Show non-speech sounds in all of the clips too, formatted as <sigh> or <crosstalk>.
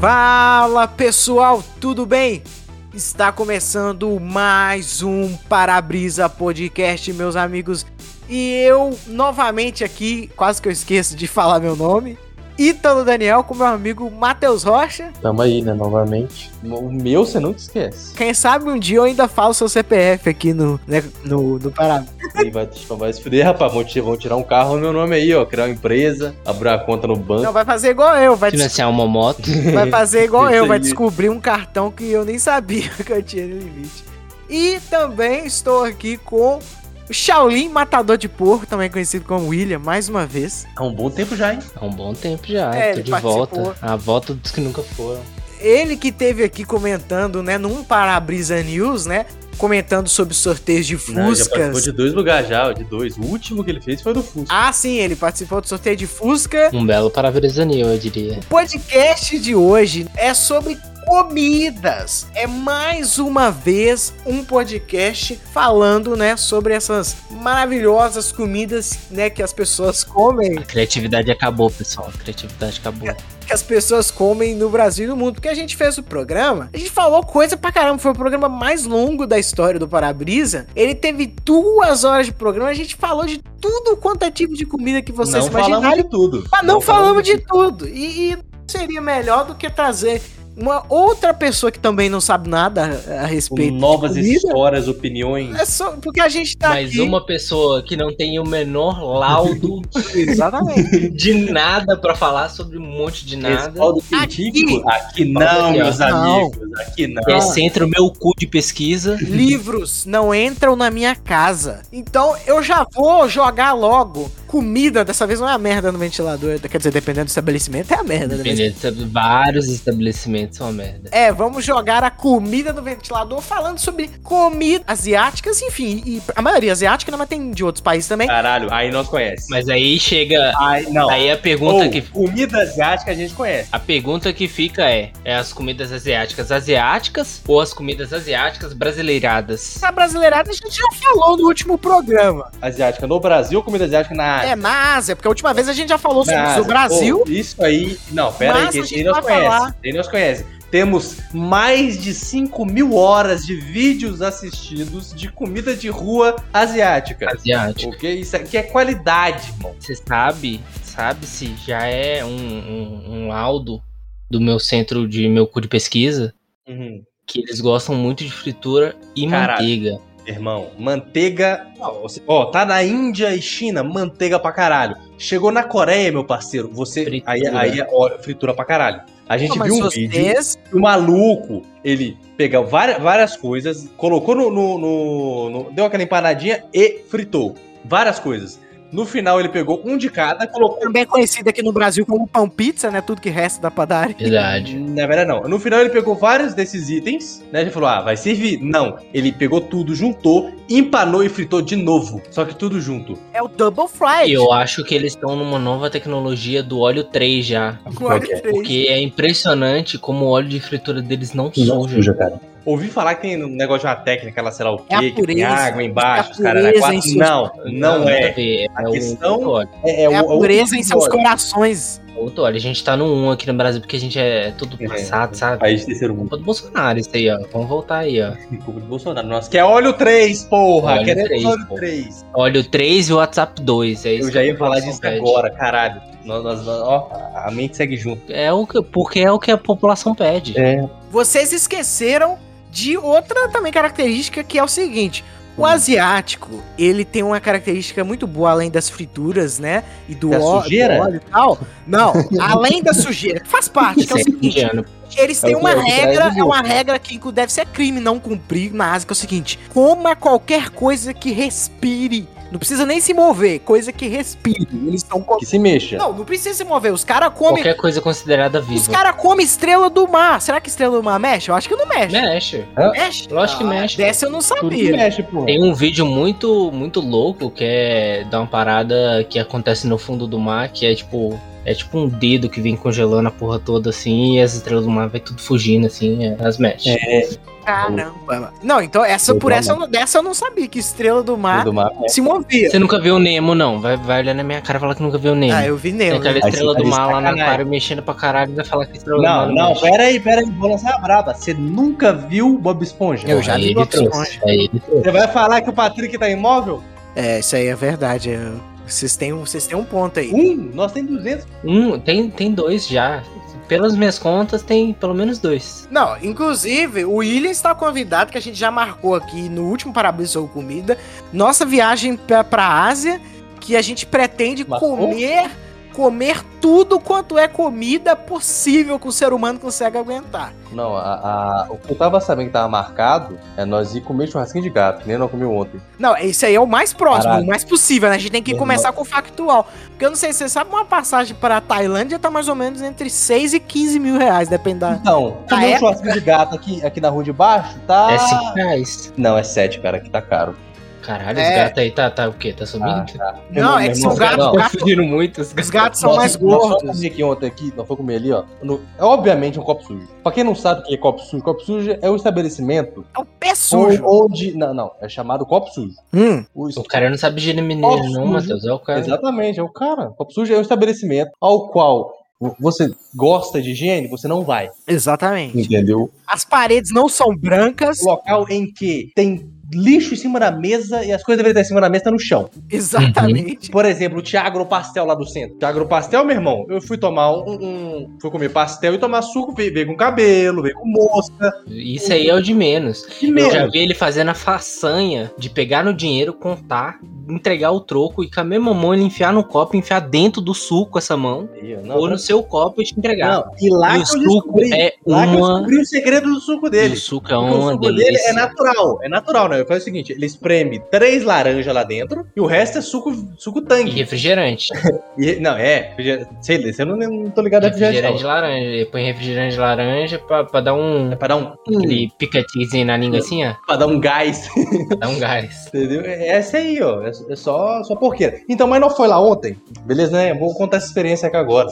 Fala pessoal, tudo bem? Está começando mais um Parabrisa Podcast, meus amigos. E eu novamente aqui, quase que eu esqueço de falar meu nome. Ítalo Daniel com meu amigo Matheus Rocha. Tamo aí, né, novamente. O meu você nunca esquece. Quem sabe um dia eu ainda falo seu CPF aqui no, né, no, no Paraná. Aí vai, tipo, vai se fuder, rapaz. Vão, ti- vão tirar um carro no meu nome aí, ó. Criar uma empresa, abrir uma conta no banco. Não, vai fazer igual eu, vai, des- Financiar é assim, uma moto. <laughs> <laughs> vai fazer igual eu, vai Entendi. descobrir um cartão que eu nem sabia <laughs> que eu tinha no limite. E também estou aqui com o Shaolin Matador de Porco, também conhecido como William, mais uma vez. Há um bom tempo já, hein? Há um bom tempo já. É, ele tô de participou. volta. A volta dos que nunca foram. Ele que teve aqui comentando, né, num Parabrisa News, né, comentando sobre sorteios de Não, ele já Fuscas. participou de dois lugares já, ó, de dois. O último que ele fez foi do Fusca. Ah, sim, ele participou do sorteio de Fusca. Um belo parabrisanil, eu diria. O podcast de hoje é sobre comidas. É mais uma vez um podcast falando, né, sobre essas maravilhosas comidas, né, que as pessoas comem, A criatividade acabou, pessoal. A criatividade acabou. que as pessoas comem no Brasil e no mundo. Porque a gente fez o programa, a gente falou coisa pra caramba, foi o programa mais longo da história do Parabrisa. Ele teve duas horas de programa, a gente falou de tudo quanto é tipo de comida que vocês não falamos imaginarem. de tudo. Mas não, falamos de tudo. E, e seria melhor do que trazer uma outra pessoa que também não sabe nada a, a Com respeito. de novas comida. histórias, opiniões. É só porque a gente tá Mas aqui. uma pessoa que não tem o menor laudo <laughs> Exatamente. de nada pra falar sobre um monte de nada. Respaldo científico? assim, Aqui não, Aqui, ó. meus Não. amigos. Aqui não. Ah. É centro meu cu de pesquisa. Livros não entram na minha casa. Então eu já vou jogar logo comida. Dessa vez não é a merda no ventilador. Quer dizer, dependendo do estabelecimento, é a merda. Né? Dependendo, sabe, vários estabelecimentos são uma merda. É, vamos jogar a comida no ventilador falando sobre comida asiáticas, enfim. E a maioria asiática, né, mas tem de outros países também. Caralho, aí nós conhecemos. Mas aí chega. Aí, não. Aí a pergunta Oh. Ou, que Comida asiática a gente conhece. A pergunta que fica é: é as comidas asiáticas asiáticas ou as comidas asiáticas brasileiradas? Essa brasileirada a gente já falou no último programa. Asiática no Brasil, comida asiática na Ásia. É, na Ásia, porque a última vez a gente já falou sobre Na isso. Ásia. o Brasil. Pô, isso aí. Não, pera Mas aí, que a esse gente aí nós vai conhecemos. falar. Aí nós conhecemos. Temos mais de 5 mil horas de vídeos assistidos de comida de rua asiática. Asiática. Ok? Isso aqui é qualidade, irmão. Você sabe, sabe se já é um, um, um laudo do meu centro de meu cu de pesquisa que eles gostam muito de fritura e Caralho. manteiga. Irmão, manteiga. Ó, você- ó, tá na Índia e China, manteiga pra caralho. Chegou na Coreia, meu parceiro, você. Fritura. Aí, aí, ó, fritura pra caralho. A gente mas viu um vídeo. vocês, o maluco, ele pega várias, várias coisas, colocou no, no- no- no- Deu aquela empanadinha e fritou. Várias coisas. No final, ele pegou um de cada, colocou. também é conhecido aqui no Brasil como pão pizza, né? Tudo que resta da padaria. Verdade. Na verdade, não. No final, ele pegou vários desses itens, né? Ele falou, ah, vai servir. Não. Ele pegou tudo, juntou, empanou e fritou de novo. Só que tudo junto. É o double fried. E eu acho que eles estão numa nova tecnologia do óleo 3 já. Com óleo Ok. três. Porque é impressionante como o óleo de fritura deles não suja. cara. Ouvi falar que tem um negócio de uma técnica lá, sei lá o quê, É a que tem pureza. água É embaixo, a os caras. né? pureza Quatro- em seus- Não, não nada é. a ver, A é o- questão- o óleo. É, É a o- o- pureza em seus olha, corações. Puta, olha, a gente tá no 1 aqui no Brasil porque a gente é todo passado, sabe? País de terceiro mundo. Culpa do Bolsonaro isso aí, ó. Vamos voltar aí, ó. Culpa do Bolsonaro. Nossa, que é óleo 3, porra! Óleo Que é três, óleo pô. 3. Olha, o 3 e o WhatsApp 2. É isso Eu já que ia falar população disso pede. agora, caralho. Nós, nós- nós- ó, a mente segue junto. É o que, porque é o que a população pede. É. Vocês esqueceram de outra também característica que é o seguinte. O Hum. asiático, ele tem uma característica muito boa, além das frituras, né? E do, Da ó- do sujeira? óleo e tal. Não, além da sujeira. Faz parte, que <laughs> é o Isso é seguinte. indiano. Eles têm É o que uma é o que traz regra, o é uma lucro. regra que inclu- deve ser crime não cumprir na Ásia, que é o seguinte: coma qualquer coisa que respire. Não precisa nem se mover, coisa que respire. Eles estão Que comendo. se mexa. Não, não precisa se mover. Os caras comem. Qualquer coisa considerada Os viva. caras comem estrela do mar. Será que estrela do mar mexe? Eu acho que não mexe. Mexe. Mexe? Lógico que Ah, mexe. Dessa eu não Tudo se sabia. mexe, porra. Tem um vídeo muito, muito louco que é dar uma parada que acontece no fundo do mar, que é tipo É tipo um dedo que vem congelando a porra toda assim e as estrelas do mar vai tudo fugindo assim, é, as mexe. É, Caramba. Não, então essa, Foi por bom, essa, eu não- dessa eu não sabia que Estrela do Mar do mar. se movia. Você nunca viu o Nemo, não. Vai, vai olhar na minha cara e falar que nunca viu o Nemo. Ah, eu vi Tem Nemo. aquela né? Aí estrela você tá do de mar lá na sacanagem. cara mexendo pra caralho e vai falar que a estrela Não, do mar não, mexe. peraí, peraí, vou lançar a braba. Você nunca viu Bob Esponja? Eu já Aí vi ele Bob trouxe. É Esponja. Aí ele trouxe. Você vai falar que o Patrick tá imóvel? É, isso aí é verdade. eu- Vocês têm, um- vocês têm um ponto aí. Um, nós temos 200. Um, tem, tem dois já. Pelas minhas contas, tem pelo menos dois. Não, inclusive, o William está convidado, que a gente já marcou aqui no último Parabéns ou Comida, nossa viagem pra, pra Ásia, que a gente pretende Marcou? comer comer tudo quanto é comida possível que o ser humano consegue aguentar. Não, a, a- o que eu tava sabendo que tava marcado é nós ir comer churrasquinho de gato, que nem nós comeu ontem. Não, esse aí é o mais próximo, Caralho. o mais possível, né? A gente tem que Meu começar com o factual. Porque eu não sei, você sabe, uma passagem pra Tailândia tá mais ou menos entre 6 e 15 mil reais, depende da... Então, Na comer um época- churrasquinho de gato aqui, aqui na rua de baixo Ah. tá. É cinco reais. Não, é 7, cara, que tá caro. Caralho, É. os gatos aí tá, tá o quê? Ah, Tá subindo? Não, é que são os gatos, gatos gato- estão fugindo muito. Os Os gatos. gatos são Nós- mais Nós gordos. fomos comer aqui ontem aqui, nós fomos comer ali, ó. no- é obviamente um copo sujo. Pra quem não sabe o que é copo sujo, copo sujo é um estabelecimento É o pé sujo. onde. Não, não, é chamado copo sujo. Hum. O, O cara não sabe gíria mineiro, Nossa, não, Matheus. É o cara. Exatamente, é o cara. Copo sujo é um estabelecimento ao qual você gosta de higiene, você não vai. Exatamente. Entendeu? As paredes não são brancas. Local em que tem lixo em cima da mesa e as coisas deveriam estar em cima da mesa, tá no chão. Exatamente. Por exemplo, o Thiago no Pastel lá do centro. Thiago no Pastel, meu irmão, eu fui tomar um. um- fui comer pastel e tomar suco, veio, veio com cabelo, veio com mosca. Isso aí é o de menos. Que Eu já merda. vi ele fazendo a façanha de pegar no dinheiro, contar, entregar o troco e com a mesma mão ele enfiar no copo, enfiar dentro do suco essa mão, ou no seu copo e te entregar. Não, e lá e o que eu suco descobri. é Lá que eu uma. descobri o segredo do suco O dele. suco é Porque o uma suco dele delícia. é natural, é natural, né? Eu faço o seguinte, ele espreme três laranjas lá dentro e o resto é suco, suco E tangue. refrigerante. E- não, é, refriger- sei lá, eu não, não tô ligado a refrigerante de refrigerante. laranja. Ele põe refrigerante de laranja pra, pra dar um. É pra dar um, Aquele picatinho na língua assim, ó. pra dar um gás, pra dar um gás. entendeu? É essa aí, ó, é, é só, só porqueira. Então, mas nós foi lá ontem, beleza, né? Vou contar essa experiência aqui agora.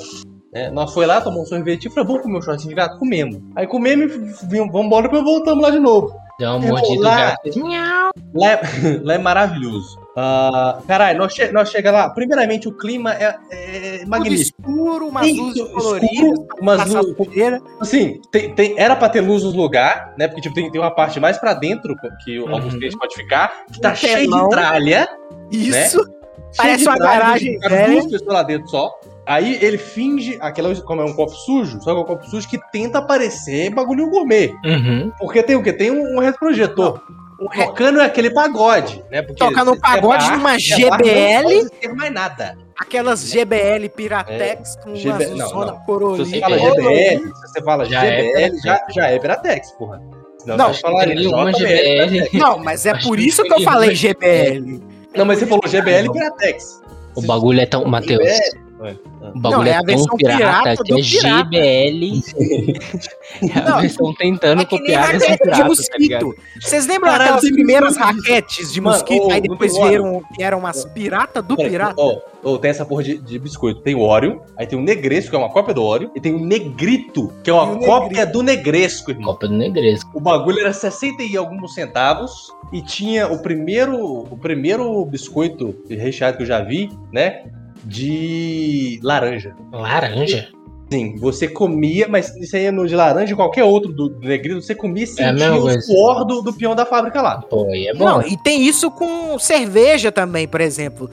É, nós foi lá, tomou um sorvete e falou, vamos comer um churrasquinho de gato? Comemos. Aí comemos e vim- vamos embora depois voltamos lá de novo. Dá uma Eu mordida do É, lá- gato. fez miau. Lá é, <laughs> lá é maravilhoso. Ah, caralho, nós, che nós chegamos lá. Primeiramente, o clima é, é Tudo magnífico. escuro, umas Isso, luzes escuro, coloridas. umas passar luzes- poeira. Assim, tem- tem- era pra ter luz nos lugar, né? Porque tipo, tem, tem uma parte mais pra dentro que o- Uhum. alguns clientes podem ficar, que tá Um cheio de telão. tralha. Isso. Né? cheio Parece de uma tralha, garagem ficaram velha. duas pessoas lá dentro só. Aí ele finge, aquela, como é um copo sujo, só que é um copo sujo que tenta parecer bagulho gourmet. Uhum. Porque tem o quê? Tem um, um retroprojetor. Um re- Tocando é aquele pagode, né? Porque Tocando um é pagode bar, numa é bar, não GBL. pode ter mais nada. Aquelas GBL Piratex É, com uma GB não, zona Se colorida. você fala GBL, GBL, se você fala já GBL, é já, já é Beratex, porra. Senão Não, você falaria tem nenhuma JBL. GBL. Não, mas é Acho por que isso que eu ninguém falei é vai- GBL. Não, mas você falou GBL e Beratex. O Se- bagulho é tão. Matheus. O bagulho Não, é é, a versão tão pirata, pirata que do é pirata. <laughs> GBL. é a Não, versão tentando É que nem tipo copiar a versão raquete de pirata, tá ligado? mosquito. Vocês lembram Caralho, aquelas tem primeiras muito- raquetes de Mano, mosquito? ô, Aí depois muito vieram, vieram umas pirata do Peraí, pirata? Ó, ó, tem essa porra de, de biscoito. Tem o Oreo, aí tem o Negresco, que é uma cópia do Oreo, e tem o Negrito, que é E o uma Negrito. cópia do Negresco, irmão. Copa do Negresco. O bagulho era 60 e alguns centavos e tinha o primeiro, o primeiro biscoito recheado que eu já vi, né? De laranja. Laranja? Sim, você comia, mas isso aí é no de laranja e qualquer outro do, do negrito, você comia e É a sentia mesma o coisa. suor do, do peão da fábrica lá. Pô, aí é bom. Não, e tem isso com cerveja também, por exemplo.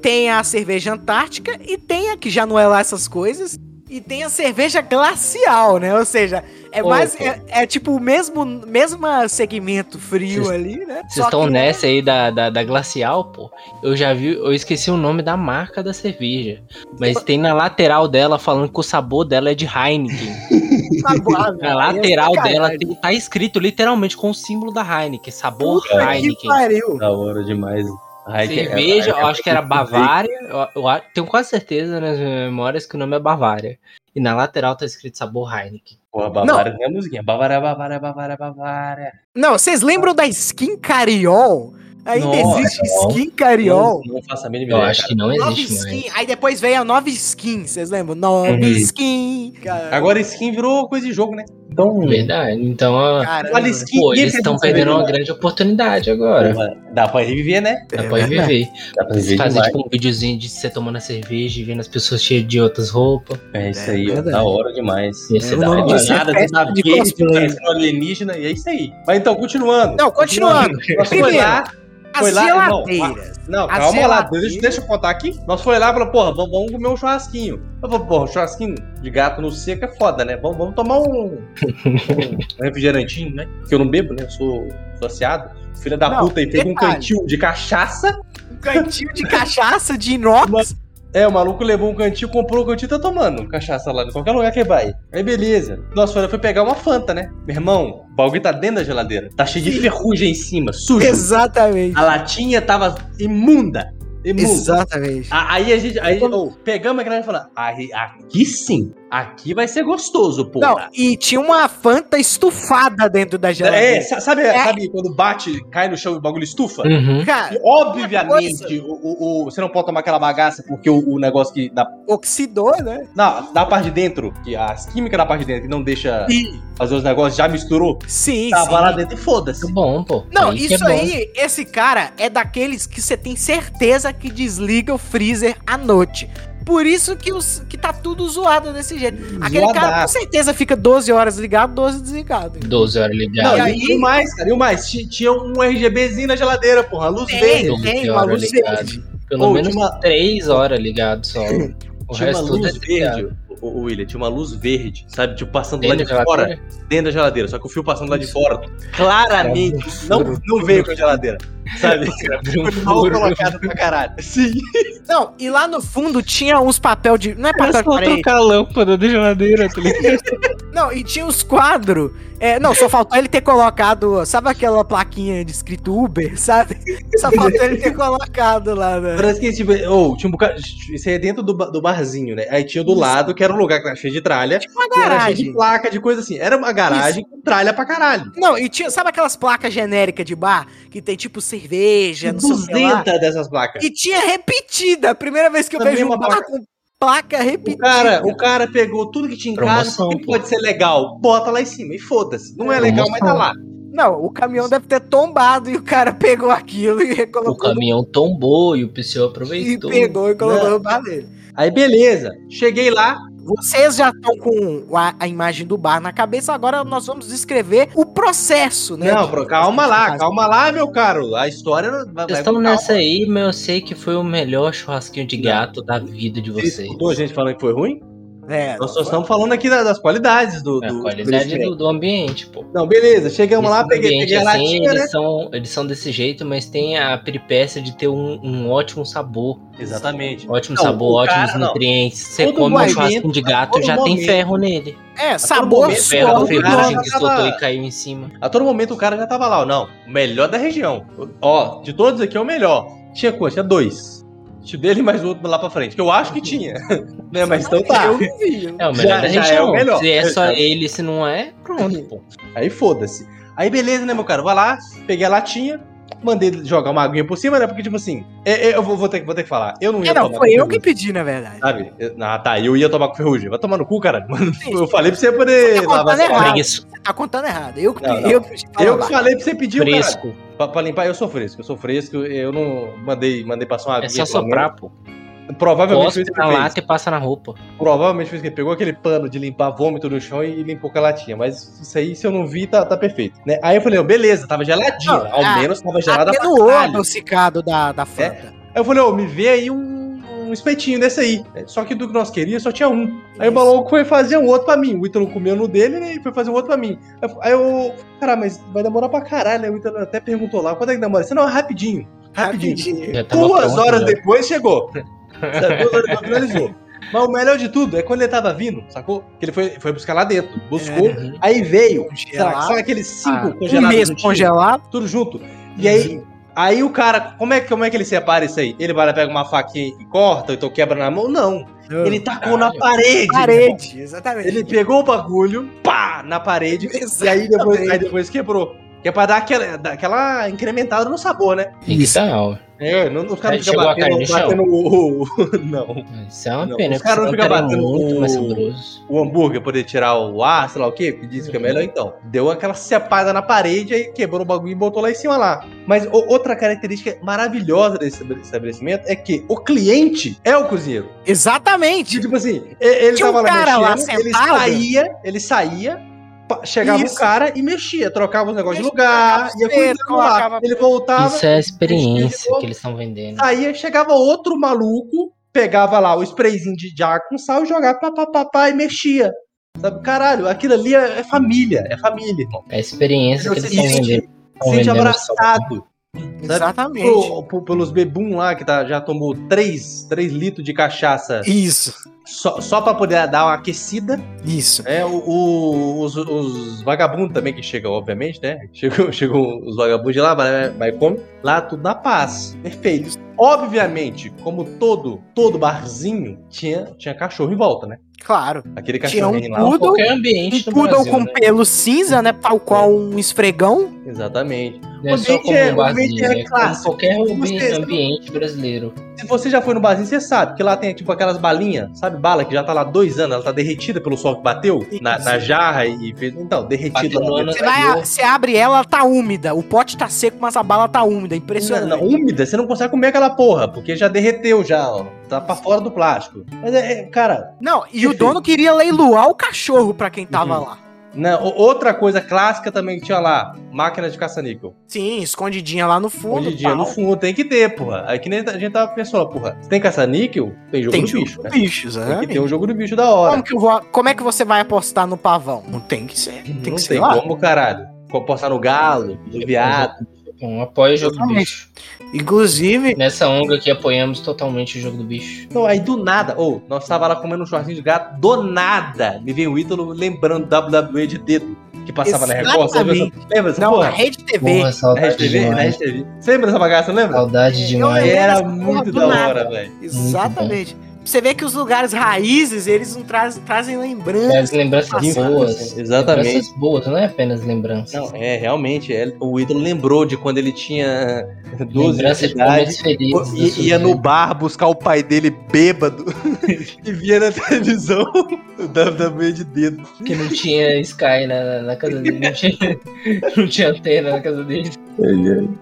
Tem a cerveja antártica e tem a que já não é lá essas coisas. E tem a cerveja glacial, né? Ou seja, é Ô, mais. pô. É, é tipo o mesmo, mesmo segmento frio Vocês- ali, né? Vocês Só que estão nessa aí da, da, da Glacial, pô. Eu já vi, eu esqueci o nome da marca da cerveja. Tipo Mas tem na lateral dela falando que o sabor dela é de Heineken. tá suave, <laughs> né? Na lateral Caralho, dela tem- tá escrito literalmente com o símbolo da Heineken, sabor Puta que Heineken. pariu. Da hora demais. Ai, é, que- é Cerveja, ai, eu acho que era Bavária. Eu, eu a- tenho quase certeza nas minhas memórias que o nome é Bavária. E na lateral tá escrito sabor Heineken. Porra, Bavária não é musiquinha. Bavária, Bavária, Bavária, Bavária. Não, vocês lembram da skin Cariol? Ainda Nossa, existe não. skin cariol. Não, não faço a mínima Eu É, ideia. acho que não Nova existe mais. skin. Aí depois veio a nova skin, vocês lembram? Nova Uhum. skin. Cara, Agora skin virou coisa de jogo, né? Então. Verdade. Então, a... caramba. Olha skin. pô, e eles esse estão que a gente perdendo uma vê? grande oportunidade agora. Porra, Dá pra reviver, né? Dá É pra verdade. viver. Dá pra reviver Fazer demais. tipo um videozinho de você tomando a cerveja e vendo as pessoas cheias de outras roupas. É isso É aí, ó, verdade. da hora demais. Ia ser o da nome hora. disso é festa de cosplay. parecendo um alienígena, e é isso aí. Mas então, continuando. Não, continuando. Nós foi Primeiro, lá. As Foi lá, irmão. geladeiras. Não, a calma lá, geladeira. deixa, deixa eu contar aqui. Nós foi lá e falou, porra, vamos, vamos comer um churrasquinho. Eu falei, porra, um churrasquinho de gato no seco é foda, né? Vamos, vamos tomar <laughs> um, um refrigerantinho, né? Que eu não bebo, né? Eu sou associado. Filha da Não, puta aí, fez um detalhe. cantil de cachaça. Um cantinho de cachaça de inox. É, o maluco levou um cantil, comprou o cantil e tá tomando cachaça lá em qualquer lugar que vai. Aí beleza. Nós foi, foi pegar uma Fanta, né? Meu irmão, o bagulho tá dentro da geladeira. Tá cheio de ferrugem em <laughs> cima, sujo. Exatamente. A latinha tava imunda. Imunda. Exatamente. A- Aí a gente. Aí, ô, pegamos a grana e falamos: "Aí, aqui sim, aqui vai ser gostoso, pô. Não, e tinha uma Fanta estufada dentro da É, geladeira. sa- sabe, É. sabe quando bate, cai no chão e o bagulho estufa? Uhum. Cara, Obviamente, o, o- o- você não pode tomar aquela bagaça porque o, o negócio que da, oxidou, né? na, da parte de dentro, que as químicas da parte de dentro que não deixa fazer os negócios, já misturou. Sim, tava sim. lá dentro e foda-se. Muito bom, pô. Não, que é isso bom. aí, esse cara é daqueles que você tem certeza que desliga o freezer à noite. Por isso que, os, que tá tudo zoado desse jeito. Aquele cara com Zoadaço. certeza fica 12 horas ligado, 12 desligado. 12 horas ligado. Não, e, aí- e o mais, cara, e o mais? Ti- Tinha um RGBzinho na geladeira, porra, luz Tem. verde. 12 tem uma horas luz ligado. Pelo Ô, menos tinha uma- 3 horas <laughs> ligado só. O Tinha uma resto tudo é luz ligado. verde, o, o William, tinha uma luz verde, sabe? Tipo, passando lá Dentro de da fora, geladeira? dentro da geladeira, só que o fio passando lá de fora. Claramente, não, não veio com a geladeira, sabe? Abriu um Foi mal furo. colocado pra caralho. Sim. Não, e lá no fundo tinha uns papel de. Não é papel de parede. lâmpada da geladeira, tá ligado? Não, e tinha uns quadros. É, não, só faltou ele ter colocado. Sabe aquela plaquinha de escrito Uber, sabe? Só faltou ele ter colocado lá, né? Parece que, tipo, oh, tinha um bocado... Isso aí é dentro do, ba- do barzinho, né? Aí tinha do lado, que era um lugar que era cheio de tralha, Tipo uma que era cheio de garagem. placa, de coisa assim. Era uma garagem com tralha pra caralho. Não, e tinha, sabe aquelas placas genéricas de bar? Que tem tipo cerveja, não sei o que lá. 200 dessas placas. E tinha repetida. A primeira vez que eu Também vejo uma um bar placa. com placa O repetida. cara, o cara pegou tudo que tinha em casa, Promoção, o que pô. pode ser legal, bota lá em cima e foda-se. Não é legal, mas tá lá. Não, o caminhão deve ter tombado e o cara pegou aquilo e <laughs> O recolocou. no- caminhão tombou e o pessoal E aproveitou. pegou e colocou Né? no bar dele. Aí beleza, cheguei lá, Vocês já estão com a, a imagem do bar na cabeça, agora nós vamos descrever o processo, né? Não, de- bro, calma lá, calma lá, meu caro. A história não- vai. Vocês vai estão com nessa aí, mas eu sei que foi o melhor churrasquinho de gato da vida de calma. Você vocês. escutou a gente falando que foi ruim? É, Nós só estamos falando aqui da- das qualidades do. É do a qualidade do- do, do ambiente, pô. Não, beleza, chegamos lá, Esses peguei, ambientes peguei a assim, latinha, eles, né? são, eles são desse jeito, mas tem a peripécia de ter um, um ótimo sabor. Exatamente. Ótimo Não, sabor, o ótimos cara, não. nutrientes. Você Todo come um momento, churrasquinho de gato, todo já momento. tem ferro nele. é Tá todo sabor né? momento, suor Ferro, o do cara ferrugem dono. que já soltou tava- e caiu em cima. A todo momento o cara já tava lá, ó, não. O melhor da região. Ó, de todos aqui é o melhor. Tinha quanto? Tinha dois. Tinha dele e mais outro lá pra frente, que eu acho que tinha. <laughs> né, mas então tá. Eu não vi. É o melhor Já- da já é região. o melhor. Se é só Já- ele, se não é, pronto, pô. Aí foda-se. Aí beleza, né, meu cara? Vai lá, peguei a latinha, mandei jogar uma aguinha por cima, né? Porque, tipo assim, é- é- eu vou, vou ter, que- vou ter que falar. Eu não ia É, não, tomar foi com eu que ferrugem, pedi, na verdade. Sabe? Eu- Ah, tá, eu ia tomar com ferrugem. Vai tomar no cu, cara. <laughs> Mano, Sim. eu falei pra você poder. Você tá contando lavar é essa errado. parada. Preguiço, Você tá contando errado. Eu que Não, pedi. não. Eu que pedi pra Eu que lavar. falei pra você pedir, cara. fresco. Pra, pra limpar, eu sou fresco. Eu sou fresco, eu não mandei, mandei passar uma É aguinha. só pelo soprar, pô. menos. Provavelmente foi Cospe isso que na ele fez. lata e passa na roupa. Provavelmente foi isso que ele pegou aquele pano de limpar vômito no chão e limpou com a latinha. Mas isso aí, se eu não vi, tá, tá perfeito. Né? Aí eu falei, ó, beleza, tava geladinho. Não, ao ah, menos tava gelada pra Atenuou o caralho. adocicado da, É. da Fanta. Aí eu falei, ô, me vê aí um, um espetinho desse aí. É, Só que do que nós queríamos só tinha um. Aí o Isso. maluco foi fazer um outro pra mim. O Ítalo comeu no dele né, e foi fazer um outro pra mim. Aí eu- Aí eu, cara, mas vai demorar pra caralho. Aí o Ítalo até perguntou lá, quanto é que demora? Você não, é rapidinho. Rapidinho. É. Rapidinho. Já tava Duas pronto, né? horas já. depois <laughs> chegou. Sabe, Duas horas depois finalizou. Mas o melhor de tudo é quando ele tava vindo, sacou? Que ele foi, foi buscar lá dentro. Buscou, Uhum. aí veio. sei lá, Congelado. Sabe aqueles cinco Ah, um congelados? mês no time? congelado. Uhum. Tudo junto. E aí, aí o cara, como é, que- como é que ele separa isso aí? Ele vai lá, pega uma faquinha e corta, então quebra na mão? Não. Ah. Ele tacou na Caralho. parede. irmão. Parede, Uhum. exatamente. Ele pegou o bagulho, pá, na parede. E aí depois, aí depois quebrou. Que é pra dar aquela, dar aquela incrementada no sabor, né? Tem que dar aula. É, não, não ficar Aí chegou a carne de chão. batendo o. o- <laughs> Não. Isso é uma Não, pena, os caras porque não ficam senão teria batendo muito o- mais saboroso. O hambúrguer poder tirar o ar, sei lá o quê, que disse que é melhor então. Deu aquela cepada na parede aí quebrou o bagulho e botou lá em cima lá. Mas o- outra característica maravilhosa desse estabelecimento é que o cliente é o cozinheiro. Exatamente. Tipo assim, e- ele Tinha um tava lá cara lá mexendo, ele sentado. saía, ele saía, pa- chegava Isso. um cara e mexia, trocava os negócios de Ele lugar, trocava ia os dedos, cuidando lá. colocava- Ele voltava, Isso é a de experiência novo. que eles estão vendendo. saía, chegava outro maluco, pegava lá o sprayzinho de jar com sal e jogava pá, pá, pá, pá, e mexia. Sabe, caralho, aquilo ali é, é família, é família, irmão. É a experiência que Você eles se estão sente, vendendo. se Tão sente vendendo abraçado. Exatamente. Pro- pro- pelos bebum lá, que tá, já tomou 3, litros de cachaça Isso, só, só pra poder dar uma aquecida. isso. É, o, o- os, os vagabundos também que chegam, obviamente, né? Chegam, <laughs> chegam os vagabundos de lá, mas, mas come. Lá tudo na paz. Perfeito. Obviamente, como todo, todo barzinho, tinha, tinha cachorro em volta, né? Claro. Aquele Tinha um cachorrinho lá. poodle, Qualquer um ambiente no poodle Brasil, com né? pelo cinza, né? Tal qual É. um esfregão. Exatamente. Não é só ambiente como é- um o ambiente barzinho, é é como clássico. qualquer Vocês- ambi- ambiente brasileiro. Se você já foi no barzinho, você sabe que lá tem tipo aquelas balinhas, sabe? Bala que já tá lá dois anos, ela tá derretida pelo sol que bateu na, na jarra e fez. Então, derretida. Bateu no ano Você, vai, você abre ela, ela tá úmida. O pote tá seco, mas a bala tá úmida. Impressionante. Não, não, úmida, você não consegue comer aquela porra, porque já derreteu já, ó. Tá pra fora do plástico. Mas é, é, cara, Não, e o dono queria leiloar o cachorro pra quem tava Uhum. lá. né, o- outra coisa clássica também que tinha lá, máquina de caça-níquel. Sim, escondidinha lá no fundo. Escondidinha pau. no fundo, tem que ter, porra. Aí que nem a gente tava pensando, porra, se tem caça-níquel, tem jogo Tem do jogo bicho, do né? bicho, Tem que exatamente. ter um jogo do bicho da hora. Como, que eu vou- como é que você vai apostar no pavão? Não tem que ser. Tem não que ser tem lá. como, caralho. Vou Postar no galo, no viado. Bom, apoia o jogo do bicho. Inclusive, Nessa ONG aqui apoiamos totalmente o jogo do bicho. Não, Então, aí do nada, ou nós tava lá comendo um churrasquinho de gato, do nada me veio o Ítalo lembrando WWE de dedo que passava na Record. Você viu essa- Lembra dessa não, porra? a Rede TV. Porra, Na saudade RedeTV, na demais. RedeTV. Você lembra dessa bagaça, lembra? Saudade Eu demais. lembro. Era dessa porra muito do da nada. hora, velho. Exatamente. Você vê que os lugares raízes, eles não trazem, trazem lembranças. As lembranças Nossa, boas. exatamente. Lembranças boas, não é apenas lembranças. Não, é, realmente, é, o Ítalo lembrou de quando ele tinha 12 anos de lembranças de momentos idade. felizes. da e- sua ia no vida. bar buscar o pai dele bêbado <laughs> e via na televisão <laughs> o WWE de dedo. Porque não tinha Sky na, na casa dele. Não tinha, <laughs> não tinha antena na casa dele.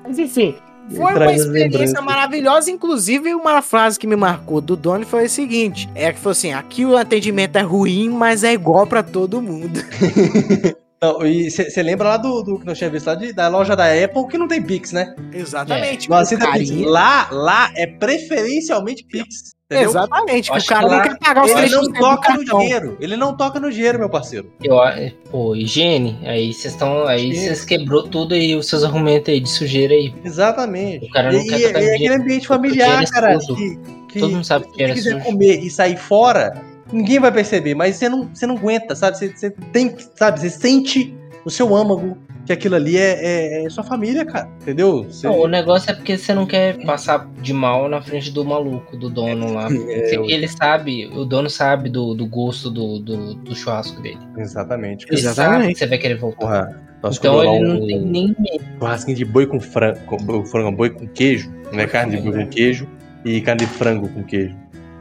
Mas enfim, foi uma Traz as experiência lembranças. maravilhosa. Inclusive, uma frase que me marcou do Doni foi a seguinte: é que falou assim, aqui o atendimento é ruim, mas é igual pra todo mundo. <laughs> Não, e você lembra lá do, do que nós tínhamos visto lá de- da loja da Apple que não tem Pix, né? Exatamente. Não o aceita Pix. carinha- Lá, lá é preferencialmente Pix. Entendeu? Exatamente, que o Acho cara que não lá quer pagar os Ele 3% não do toca no cartão. dinheiro. Ele não toca no dinheiro, meu parceiro. Eu, a- pô, higiene. Aí vocês estão. Aí Higiene. vocês quebrou tudo aí, os seus argumentos aí de sujeira aí. Exatamente. O cara não e quer e- tocar e é aquele dinheiro. ambiente Dinheiro familiar, é cara. sujo. Que, que Todo mundo sabe se que era você quiser sujo. comer e sair fora, ninguém vai perceber, mas você não, você não aguenta, sabe? Você, você tem que- sabe, você sente no seu âmago que aquilo ali é, é- é sua família, cara. Entendeu? Você- Não, o negócio é porque você não quer passar de mal na frente do maluco, do dono lá. <laughs> É, eu- Ele sabe, o dono sabe do, do gosto do, do, do churrasco dele. Exatamente. Ele Exatamente. sabe que você vai querer voltar. Porra, nós então comemos lá ele não um- tem nem medo. churrasquinho de boi com frango, com bo- frango boi com queijo, né? Carne de boi com queijo e carne de frango com queijo.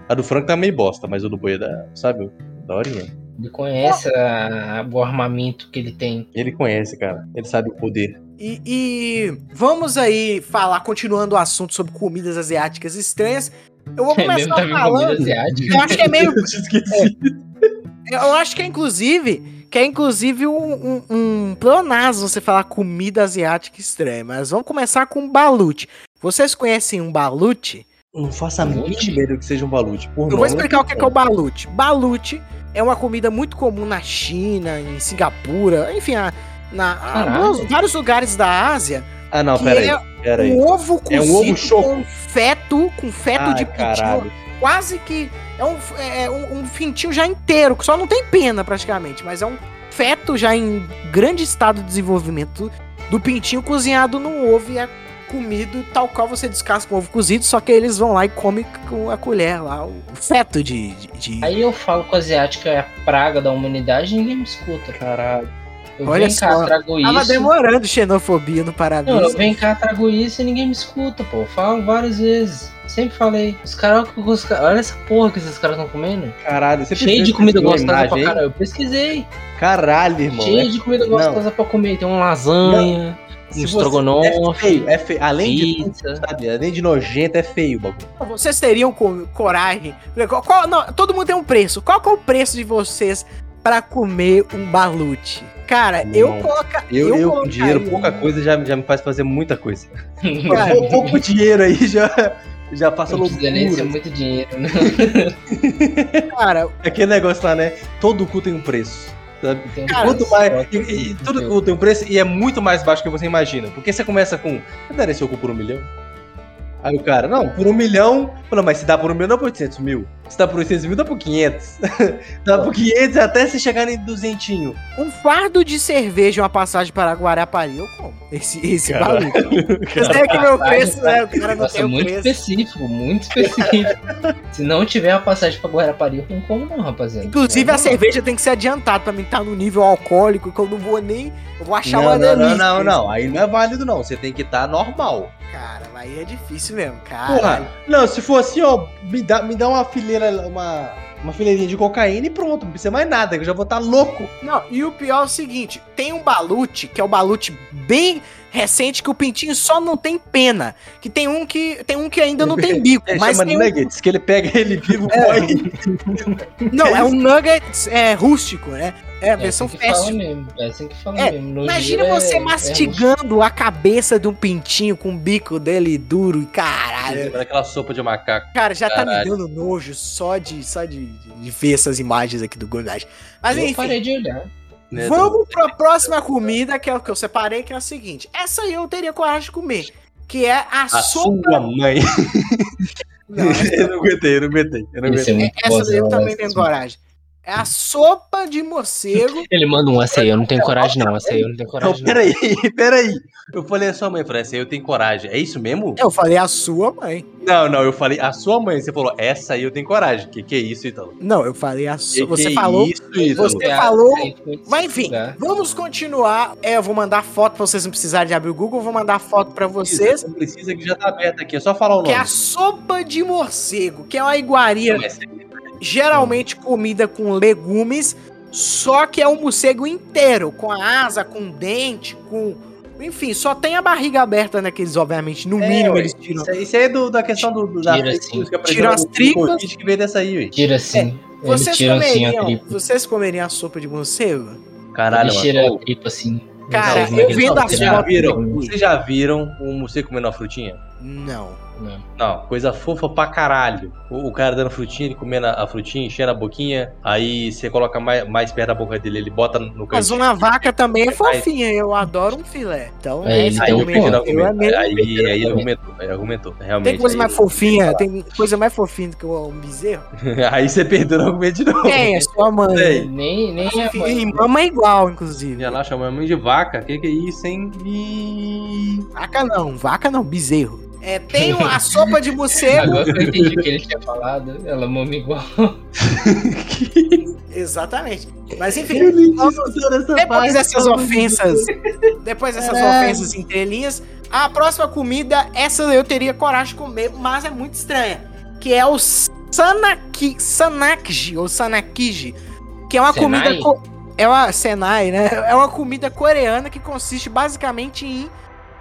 A do frango tá meio bosta, mas o do boi é da, sabe, da horinha. Ele conhece a- a- o armamento que ele tem. Ele conhece, cara. Ele sabe o poder. E, e vamos aí falar, continuando o assunto sobre comidas asiáticas estranhas. Eu <laughs> <laughs> vou É mesmo começar tá vindo comida falando. asiática. Eu acho que é meio. Eu te esqueci. Eu acho que é inclusive. Que é inclusive um, um, um pleonasmo você falar comida asiática estranha. Mas vamos começar com um balute. Vocês conhecem um balute? Não faça a Valute? mínima ideia do que seja um balute. Por Eu vou explicar o que é, que é o balute. Balute é uma comida muito comum na China, em Singapura, enfim, a- na, a- Caralho. vários lugares da Ásia. Ah, não, que peraí. é Peraí. Um ovo É cozido um ovo choco. com feto, com feto Ai, de caralho. pintinho. Quase que é, um, é um, um pintinho já inteiro, que só não tem pena praticamente, mas é um feto já em grande estado de desenvolvimento do pintinho cozinhado no ovo e é comido tal qual você descasca um ovo cozido, só que eles vão lá e comem com a colher lá, o feto de... de, de- Aí eu falo que o asiático é a praga da humanidade e ninguém me escuta. Caralho. Eu Olha venho cá, só, trago Tava isso. demorando xenofobia no Não, eu Parabrisa. venho cá, trago isso e ninguém me escuta, pô. Eu falo várias vezes. Sempre falei. Os caras. Os caras olha essa porra que esses caras estão comendo. Caralho, você Cheio precisa de comida uma gostosa pra imagem, hein? caralho. Eu pesquisei. Caralho, irmão. Cheio é- de comida Não. gostosa pra comer. Tem uma lasanha, se você- um É estrogonofe, feio, é feio. Além de tudo, pizza. sabe? Além de nojento, é feio o bagulho. Vocês teriam co- coragem? Qual- qual- não, todo mundo tem um preço. Qual que é o preço de vocês pra comer um balute? Cara, eu Não. coloca, Eu, um eu, com colocaria- dinheiro, pouca coisa já, já me faz fazer muita coisa. <laughs> <laughs> Cara, Pou- um pouco dinheiro aí já, já passa Não precisa nem ser loucura. muito dinheiro, né? Cara, Aquele negócio lá, né? Todo cu tem um preço. Sabe? Tem Cara, Quanto um mais. negócio e- e- e que todo eu- cu tem um preço e é muito mais baixo que você imagina. Porque você começa com. Eu daria seu cu por um milhão? Aí o cara, não, por um milhão. Falou, mas se dá por um milhão, dá por 800 mil. Se dá por 800 mil, dá por 500. <laughs> dá por 500 até você chegar em duzentinho. um fardo de cerveja e uma passagem para Guarapari, eu como. Esse, esse Caralho. balute. Vocês têm que meu Caralho, preço, né? O cara não Nossa, tem o muito preço. específico, muito específico. Se não tiver a passagem pra Guarapari, eu não como não, rapaziada. É É. Inclusive, a Não, não. cerveja tem que ser adiantada pra mim estar no nível alcoólico que eu não vou nem. Eu vou achar uma Não, não, delícia. não, não, não. Aí não é válido, não. Você tem que estar normal. Cara, mas aí é difícil mesmo, cara. Porra, não, se for assim, ó, me dá, me dá uma fileira, uma, uma fileirinha de cocaína e pronto, não precisa mais nada, que eu já vou estar louco. Não, e o pior é o seguinte: tem um balute, que é o balute bem recente, que o pintinho só não tem pena. Que tem um que, tem um que ainda não tem bico. <laughs> Ele mas chama tem um- Nuggets, que ele pega ele vivo, põe. Não, é um nuggets é, rústico, né? É a É assim versão que fast fala mesmo. É assim que fala É, mesmo. No Imagina giro é- você é mastigando a cabeça de um pintinho com o bico dele duro e É. caralho. Lembra Aquela sopa de macaco. Cara, já tá me Caralho. dando nojo só de, só de, de ver essas imagens aqui do Gourmet. Mas Eu enfim, parei de olhar. né, vamos pra próxima comida, que é o que eu separei, que é a seguinte. Essa aí eu teria coragem de comer, que é a, A sopa... sua mãe. Não, <laughs> é- eu não aguentei, eu não aguentei. Eu não Esse é aguentei. muito essa daí eu bosta, também né? tenho coragem. É a sopa de morcego. Ele manda um, essa aí eu não tenho coragem não, essa aí eu não tenho Não, coragem não. peraí, <laughs> peraí. Eu falei a sua mãe, eu falei, essa aí eu tenho coragem. É isso mesmo? Eu falei a sua mãe. Não, não, eu falei a sua mãe. Você falou, essa aí eu tenho coragem. Que que é isso, Italo? Não, eu falei a Que sua. Você que é falou Isso, Ítalo? Você falou, Aí foi esse Mas enfim, lugar. vamos continuar. É, eu vou mandar foto pra vocês não precisarem de abrir o Google, eu vou mandar foto pra vocês. Isso, Não precisa que já tá aberto aqui, é só falar o Que nome. é a sopa de morcego, que é uma iguaria Mas- geralmente comida com legumes, só que é um morcego inteiro, com a asa, com dente, com. Enfim, só tem a barriga aberta, né? Que eles, obviamente, no É, mínimo, ué, eles tiram. Isso aí, isso aí é do- da questão do, do da Tira, fake sim. news que apareceu Tira as no tripas. Covid que veio dessa aí, ué. Tira assim. ele Vocês tira assim a comeriam, tripa. vocês comeriam a sopa de morcego? Caralho, ele mano. tira Ô, a tripa assim. Cara, Não, eu vendo não, a Vocês você já já foto- viram? viu? Vocês já viram o morcego comendo uma frutinha? Não. Não. Não, coisa fofa pra caralho. O, o cara dando frutinha, ele comendo a a frutinha, enchendo a boquinha, aí você coloca mais, mais perto da boca dele, ele bota no Mas cantinho. uma vaca também é fofinha, eu adoro um filé. Então, É, ele essa Aí tem um eu o mesmo- Pedro ponto. eu é argumentou, mesmo aí, aí, Pedro argumentou, aí argumentou, realmente. Tem coisa mais aí, fofinha, tem coisa mais fofinha do que o bezerro? <laughs> aí você perdeu no argumento de novo. Tem, é sua mãe. Tem. Nem, nem a Enfim, mãe. mama é igual, inclusive. Já lá chamou a mãe de vaca, que que é isso, hein? Ih. Vaca não, vaca não, bezerro. É, tem a sopa <laughs> de morcego. Agora que eu entendi o que ele tinha falado, ela mama igual. Exatamente. Mas Eu enfim, nem discuto nessa depois parte. dessas ofensas, depois dessas Caralho. ofensas entre linhas, a próxima comida, essa eu teria coragem de comer, mas é muito estranha. Que é o sanaki, sanakji, ou sanakiji, que é uma Senai? comida... co- é uma Senai, né? É uma comida coreana que consiste basicamente em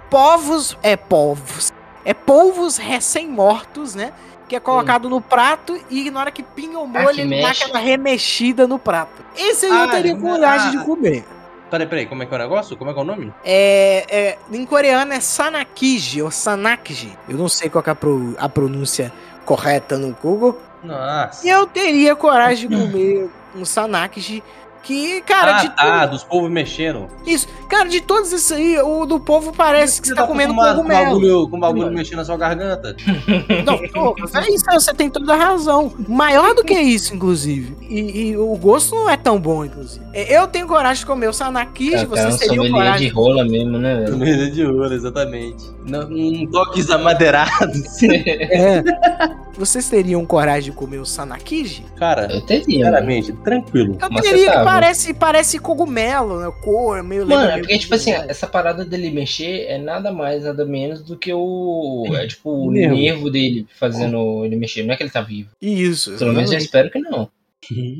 povos, é polvos, é polvos recém-mortos, né? Que é colocado no prato e na hora que pinga o molho, Hum. Ah, que ele dá mexe. aquela remexida no prato. Esse aí eu Ah, teria ah, coragem ah. de comer. Peraí, peraí, como é que é o negócio? Como é que é o nome? É, é, em coreano é sanakiji ou sanakji. Eu não sei qual que é a, pro- a pronúncia correta no Google. Nossa. E eu teria coragem de comer um sanakji. Que, cara, Hum. ah, de tá, dos povos mexeram. Isso. Cara, de todos isso aí, o do povo parece que você tá comendo com uma- com cogumelo. bagulho, com bagulho mexendo na sua <laughs> garganta. Não, pô, mas é isso, você tem toda a razão. Maior do que isso, inclusive. E, e o gosto não é tão bom, inclusive. É, Eu tenho coragem de comer o sanakishi, Cara, você um seria o sommelier coragem. de rola mesmo, né, <laughs> velho? Comida de ouro, exatamente. Não, um toques amadeirados. É. Vocês teriam coragem de comer o sanakiji? Cara, Eu teria, mano. sinceramente, tranquilo. Eu Mas você teria, que sabe. parece, parece cogumelo, né? Cor, meio Mano, lembra é meio porque, tipo assim, cogumelo. essa parada dele mexer é nada mais, nada menos do que o. É tipo o Nervo. nervo, dele fazendo ele mexer. Não é que ele tá vivo. Isso, Pelo menos eu exatamente. espero que não.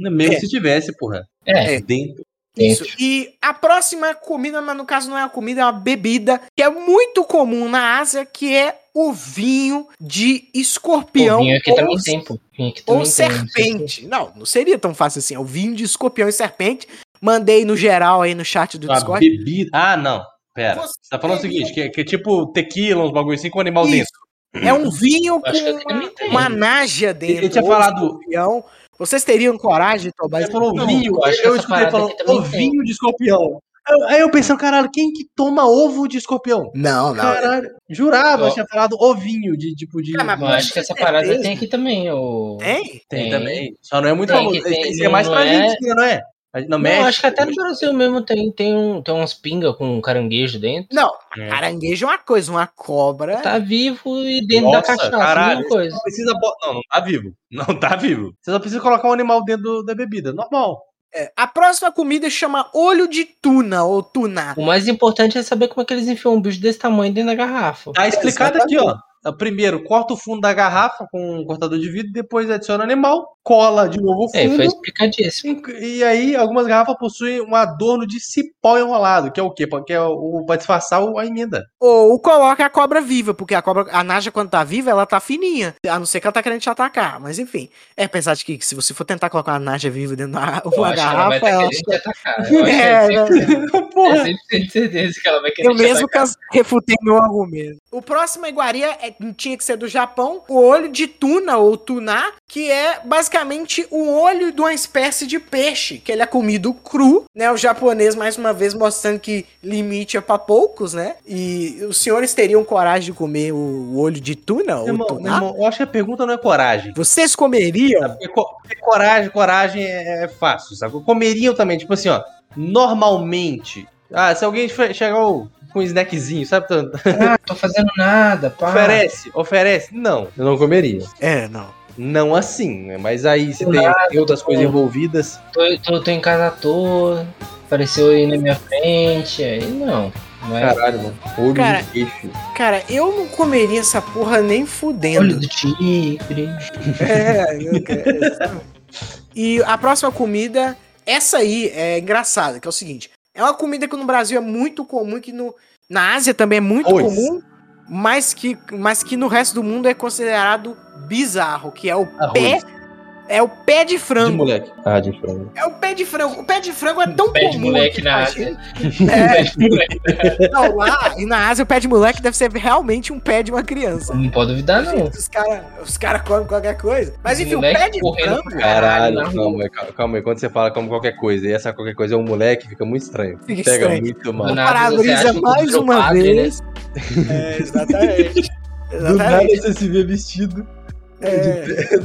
é Mesmo se tivesse, porra. É, É. Dentro. Isso. E a próxima comida, mas no caso não é uma comida, é uma bebida que é muito comum na Ásia, que é o vinho de escorpião. o vinho aqui ou também tem, pô. Vinho aqui também ou tem, não sei se- serpente. Não, não seria tão fácil assim. É o vinho de escorpião e serpente. Mandei no geral aí no chat do Uma Discord. bebida. Ah, não. Pera. Você um Você tá falando o seguinte: que, que é tipo tequila, uns bagulho assim com animal Isso. dentro. É um vinho com Acho que eu uma, também tenho. uma nája dentro. Ele tinha ou falado. escorpião. Vocês teriam coragem de tomar Ele falou Não, vinho. eu acho que Eu essa escutei parada falando aqui também tem. ovinho de escorpião. Eu- Aí eu pensei, caralho, quem que toma ovo de escorpião? Não, não. Caralho, jurava, Ó. tinha falado ovinho de tipo de. Ah, mas Eu acho que essa parada Certeza. tem aqui também, ô. Tem? Tem Tem. também. Só não é muito Tem famoso. que tem, Esse é não mais pra é- Argentina, não é? Não, Não, acho que até no Brasil mesmo tem, tem, um, tem umas pingas com caranguejo dentro. Não, É. caranguejo é uma coisa, uma cobra. Tá vivo e dentro da Nossa, cachaça, caralho. mesma coisa. Não precisa. bo- Não, não tá vivo. <laughs> Não tá vivo. Você só precisa colocar um animal dentro do- da bebida. Normal. É, A próxima comida chama olho de tuna ou tuná. O mais importante é saber como é que eles enfiam um bicho desse tamanho dentro da garrafa. Tá explicado aqui, ó. Primeiro, corta o fundo da garrafa com um cortador de vidro, depois adiciona o animal, cola de novo o Tá É, fundo. foi explicadíssimo. E aí, algumas garrafas possuem um adorno de cipó enrolado, que é o quê? Que é o, pra disfarçar o- a emenda. Ou coloca a cobra viva, porque a cobra, a Naja, quando tá viva, ela tá fininha. A não ser que ela tá querendo te atacar. Mas enfim. É, apesar de que se você for tentar colocar a Naja viva dentro da Eu uma acho que ela garrafa, vai tá ela. querendo <laughs> te atacar. Eu acho que é É, sempre- é <laughs> Porra, sempre tenho certeza que ela vai querer Eu te mesmo tá atacar. cas- refutei meu argumento. O próximo iguaria é- tinha que ser do Japão, o olho de tuna ou tuná, que é basicamente o olho de uma espécie de peixe, que ele é comido cru, né? O japonês, mais uma vez, mostrando que limite é pra poucos, né? E os senhores teriam coragem de comer o olho de tuna ou irmão, tuná? irmão, eu acho que a pergunta não é coragem. Vocês comeriam? Porque co- porque coragem, coragem é é fácil, sabe? Comeriam também, tipo assim, ó. Normalmente. Ah, se alguém che- chegar ô, com um snackzinho, sabe? tanto- Ah, tô fazendo nada, Ah. pá. Oferece, oferece. Não, eu não comeria. É, não. Não assim, né? Mas aí se Do tem, nada, tem outras coisas pô. envolvidas. Tô, tô, tô em casa à toa, apareceu aí na minha frente, aí não. não é Caralho, mano. Olho Cara, de peixe. Cara, eu não comeria essa porra nem fudendo. olho do tigre. É, eu quero- e a próxima comida, essa aí é engraçada, que é o seguinte: é uma comida que no Brasil é muito comum, que no, na Ásia também é muito Arroz. comum, mas que, mas que no resto do mundo é considerado bizarro, que é o pé. Arroz. É o pé de De frango. moleque. Ah, de frango. É o pé de frango. O pé de frango é tão Um Pé de comum. moleque aqui na pra Ásia. gente. É. Não, lá e na Ásia o pé de moleque deve ser realmente um pé de uma criança. Não pode duvidar, Ah, não. Os caras os cara comem qualquer coisa. Mas enfim, o Moleque pé de correndo frango. pra Caralho, na rua. calma aí, calma, calma aí. Quando você fala como qualquer coisa e essa qualquer coisa é um moleque, fica muito estranho. Fica Pega estranho. muito Do mal. nada, Parabrisa você acha um mais virou uma padre, né? vez. É, <laughs> exatamente. Do nada exatamente. você se vê vestido. É,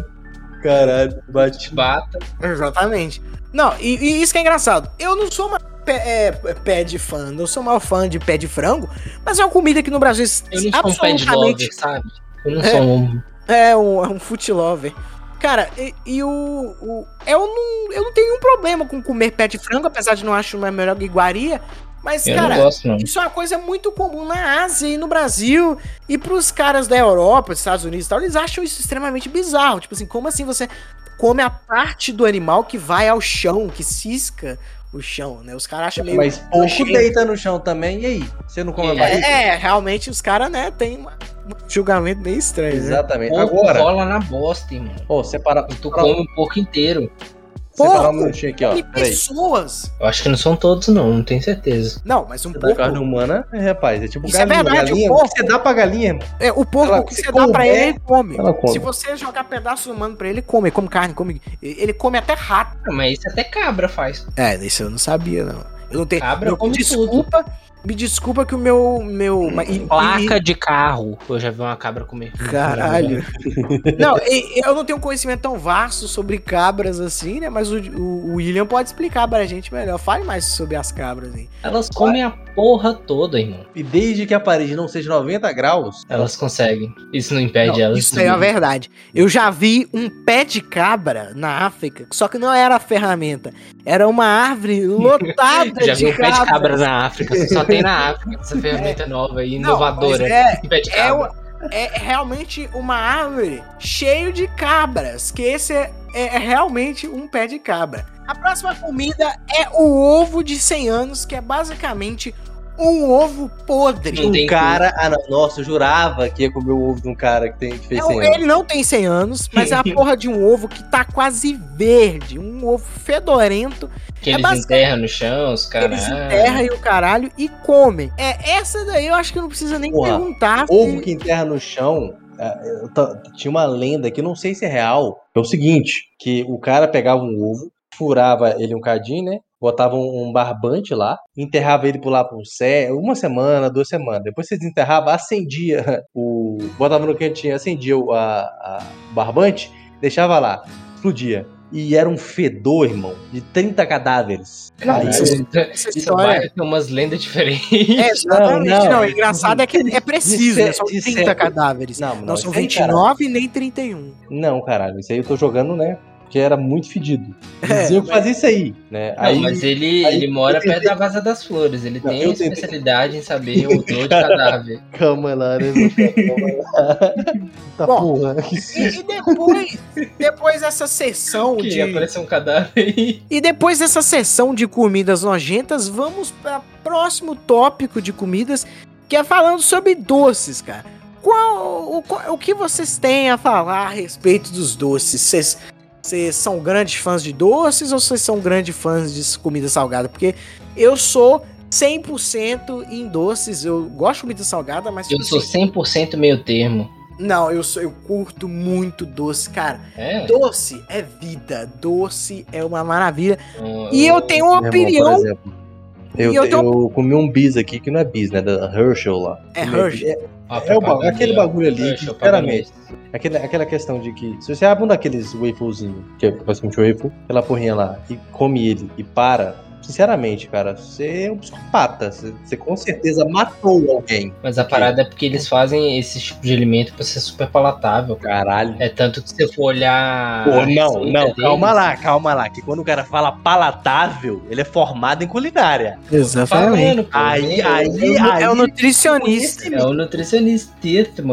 Caralho, bate. Bata. exatamente. Não, e, e isso que é engraçado. Eu não sou uma pé, é, pé de fã, não sou maior fã de pé de frango, mas é uma comida que no Brasil é Eu não sou um pé de absolutamente lover, sabe? Eu não É. sou um. é um, é um foot lover. Cara, e, e o, o- Eu não. Eu não tenho nenhum problema com comer pé de frango, apesar de não achar uma melhor iguaria. Mas, Eu cara, não gosto, não. Isso é uma coisa muito comum na Ásia e no Brasil. E pros caras da Europa, dos Estados Unidos e tal, eles acham isso extremamente bizarro. Tipo assim, como assim você come a parte do animal que vai ao chão, que cisca o chão, né? Os caras acham meio. Mas pouco Oxente. deita no chão também, e aí? Você não come a É, barriga? É, é, realmente os caras, né, tem uma- um julgamento meio estranho. né? Exatamente. Porco Agora, rola na bosta, irmão. ó, separa, E tu come o porco inteiro. separar um Porco. minutinho aqui, ó. E Peraí. pessoas. Eu acho que não são todos, não. Não tenho certeza. Não, mas um Da porco. tá carne humana, é, rapaz, é tipo Isso é galinha. verdade, galinha, o o que porco- você dá pra galinha, irmão? É, o porco Ela- que se você dá pra couber, ele, ele come. Ela come. Se você jogar pedaço humano pra ele, ele come. Come carne, come. Ele come até rato. Ah, mas isso até cabra faz. É, isso eu não sabia, não. Eu não tenho. Cabra eu, come desculpa, Me desculpa que o meu. meu e- Hum, Placa de carro. Eu já vi uma cabra e- comer. <laughs> Caralho. Não, e- eu não tenho um conhecimento tão vasto sobre cabras assim, né? Mas o, o- o William pode explicar pra gente melhor. Fale mais sobre as cabras aí. Elas comem a porra toda, irmão. E desde que a parede não seja 90 graus, Elas conseguem. Isso não impede Não, elas. isso de- é a verdade. Eu já vi um pé de cabra na África, só que não era a ferramenta. Era uma <laughs> árvore lotada Já de vi um pé de cabra cabras. na África. Só tem na África. Essa ferramenta nova e Não, inovadora. mas é- Pé de É, cabra. o- é realmente uma árvore cheia de cabras, que esse é, é realmente um pé de cabra. A próxima comida é o ovo de 100 anos, que é basicamente um ovo podre. Não tem um cara. Ah, não. Nossa, eu jurava que ia comer o ovo de um cara que, tem, que fez É um- 100 anos. ele não tem 100 anos, mas <laughs> é a porra de um ovo que tá quase verde, um ovo fedorento Que é eles basicamente- enterram no chão, os caras. Eles ah, enterram e o caralho e comem. É, essa daí eu acho que não precisa nem Porra, perguntar. Ovo que enterra no chão. ah, eu ta- Tinha uma lenda que eu não sei se é real. É o seguinte: que o cara pegava um ovo, furava ele um cadinho, né? Botava um um barbante lá, enterrava ele por lá por sé, uma semana, duas semanas. Depois você desenterrava, acendia o. Botava no cantinho, acendia o a- a- o barbante, deixava lá, explodia. E era um fedor, irmão, de 30 cadáveres. Não, Aí isso- eu- essa Isso história. vai ter umas lendas diferentes. <laughs> É, exatamente. Não, Não, não. o engraçado é que é preciso, né? São De cem- de 30 cem- cadáveres. Não, Não são isso é aí, caralho. 29 nem 31. Não, caralho, isso aí eu tô jogando, né? Porque era muito fedido. É, Diziam que fazia isso aí, né? Não, aí, <laughs> mas ele, aí ele mora eu tentei- perto da Vaza das Flores. Ele Não, tem eu a tentei- especialidade em saber o odor de cadáver. calma lá, né? Calma lá. Tá Bom, porra. E, e depois, depois dessa sessão Que de. apareceu um cadáver aí. E depois dessa sessão de comidas nojentas, vamos para próximo tópico de comidas, que é falando sobre doces, cara. Qual o, qual- o que vocês têm a falar a respeito dos doces? Vocês vocês são grandes fãs de doces ou vocês são grandes fãs de comida salgada? Porque eu sou 100% em doces. Eu gosto de comida salgada, mas Eu tipo sou assim, 100% meio termo. não, eu sou eu curto muito doce, cara. É? Doce é vida, doce é uma maravilha. Eu- E eu tenho É uma Meu né, irmão, opinião por exemplo, eu, E eu eu, comi um bis aqui, que não é bis, né? Da Herschel lá. É Hershey. É, Ó, é o ba- propaganda, aquele ó. bagulho ali, Deixa que, eu pagar sinceramente, isso. É aquele, aquela questão de que se você abre um daqueles wafflezinhos, que é basicamente waffle, aquela porrinha lá, e come ele e para, sinceramente, cara, você é um psicopata. Você, você com certeza matou alguém. Mas a parada é porque eles fazem esse tipo de alimento pra ser super palatável. cara. Caralho. É tanto que se você for olhar. Pô, a não, receita não, deles, calma lá, calma lá. Que quando o cara fala palatável, ele é formado em culinária. Exatamente. Falando, pô, Aí, é, aí, É o- é o aí, nutricionista. É o nutricionista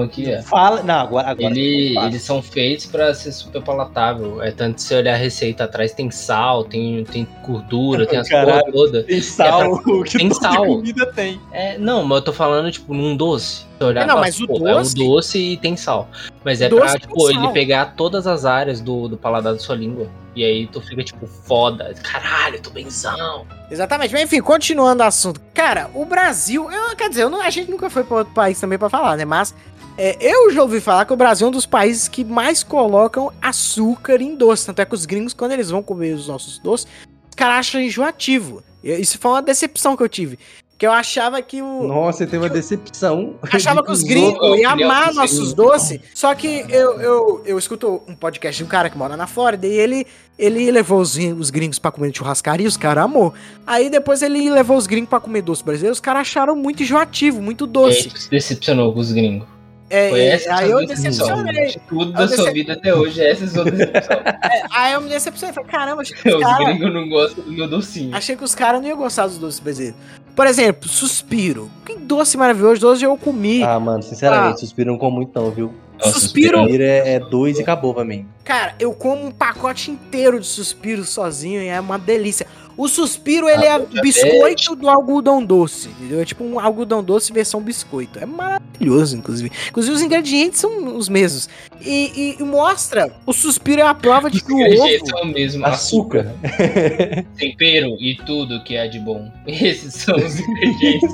aqui, ó. Fala. Não, agora. agora é é? Ele- eu faço. eles são feitos pra ser super palatável. É tanto que se olhar a receita atrás, tem sal, tem, tem gordura, tem as Caralho. porra toda. Tem sal, o que <laughs> É, tem toda sal. comida tem. É, não, mas eu tô falando, tipo, num doce. Se olhar, É, não, fala, mas o pô, doce- É um doce e tem sal. Mas é O doce pra, tem tipo, sal. ele pegar todas as áreas do, do paladar da sua língua. E aí tu fica, tipo, foda. Caralho, tô benzão. Exatamente. Mas enfim, continuando o assunto. Cara, o Brasil. Eu, quer dizer, eu não- a gente nunca foi pra outro país também pra falar, né? Mas é, eu já ouvi falar que o Brasil é um dos países que mais colocam açúcar em doce. Tanto é que os gringos, quando eles vão comer os nossos doces, os caras acham enjoativo. E- Isso foi uma decepção que eu tive. Que eu achava que o. Nossa, teve uma decepção. achava <laughs> que os é Eu gringos iam queria amar algo nossos assim. doces. Só que eu, eu, eu escuto um podcast de um cara que mora na Flórida e ele, ele levou os, gring- os gringos pra comer churrascaria e os caras amou. Aí depois ele levou os gringos pra comer doce brasileiro, os caras acharam muito enjoativo, muito E aí doce. tu se decepcionou com os gringos. É, Foi é, essa aí eu sua decepção. decepcionei. Tudo Eu da sua decep- vida até hoje é essa <laughs> sua decepção. Aí eu me decepcionei. Falei, caramba, achei que os os caras gringos não gostam do meu docinho. achei que os caras não iam gostar dos doces brasileiros. Por exemplo, suspiro. Que doce maravilhoso, doce eu comi. Ah, mano, sinceramente, suspiram com muito não, viu? Nossa, suspiro. Suspiro é, é dois e acabou pra mim. Cara, eu como um pacote inteiro de suspiro sozinho e é uma delícia. O suspiro, ele é diabetes. biscoito do algodão doce, entendeu? É tipo um algodão doce versão biscoito. É maravilhoso, inclusive. Inclusive, os ingredientes são os mesmos. E, e- e mostra, o suspiro é a prova de que o ingredientes ovo... são o mesmo. Açúcar. tempero e tudo que há de bom. <laughs> Esses são os ingredientes.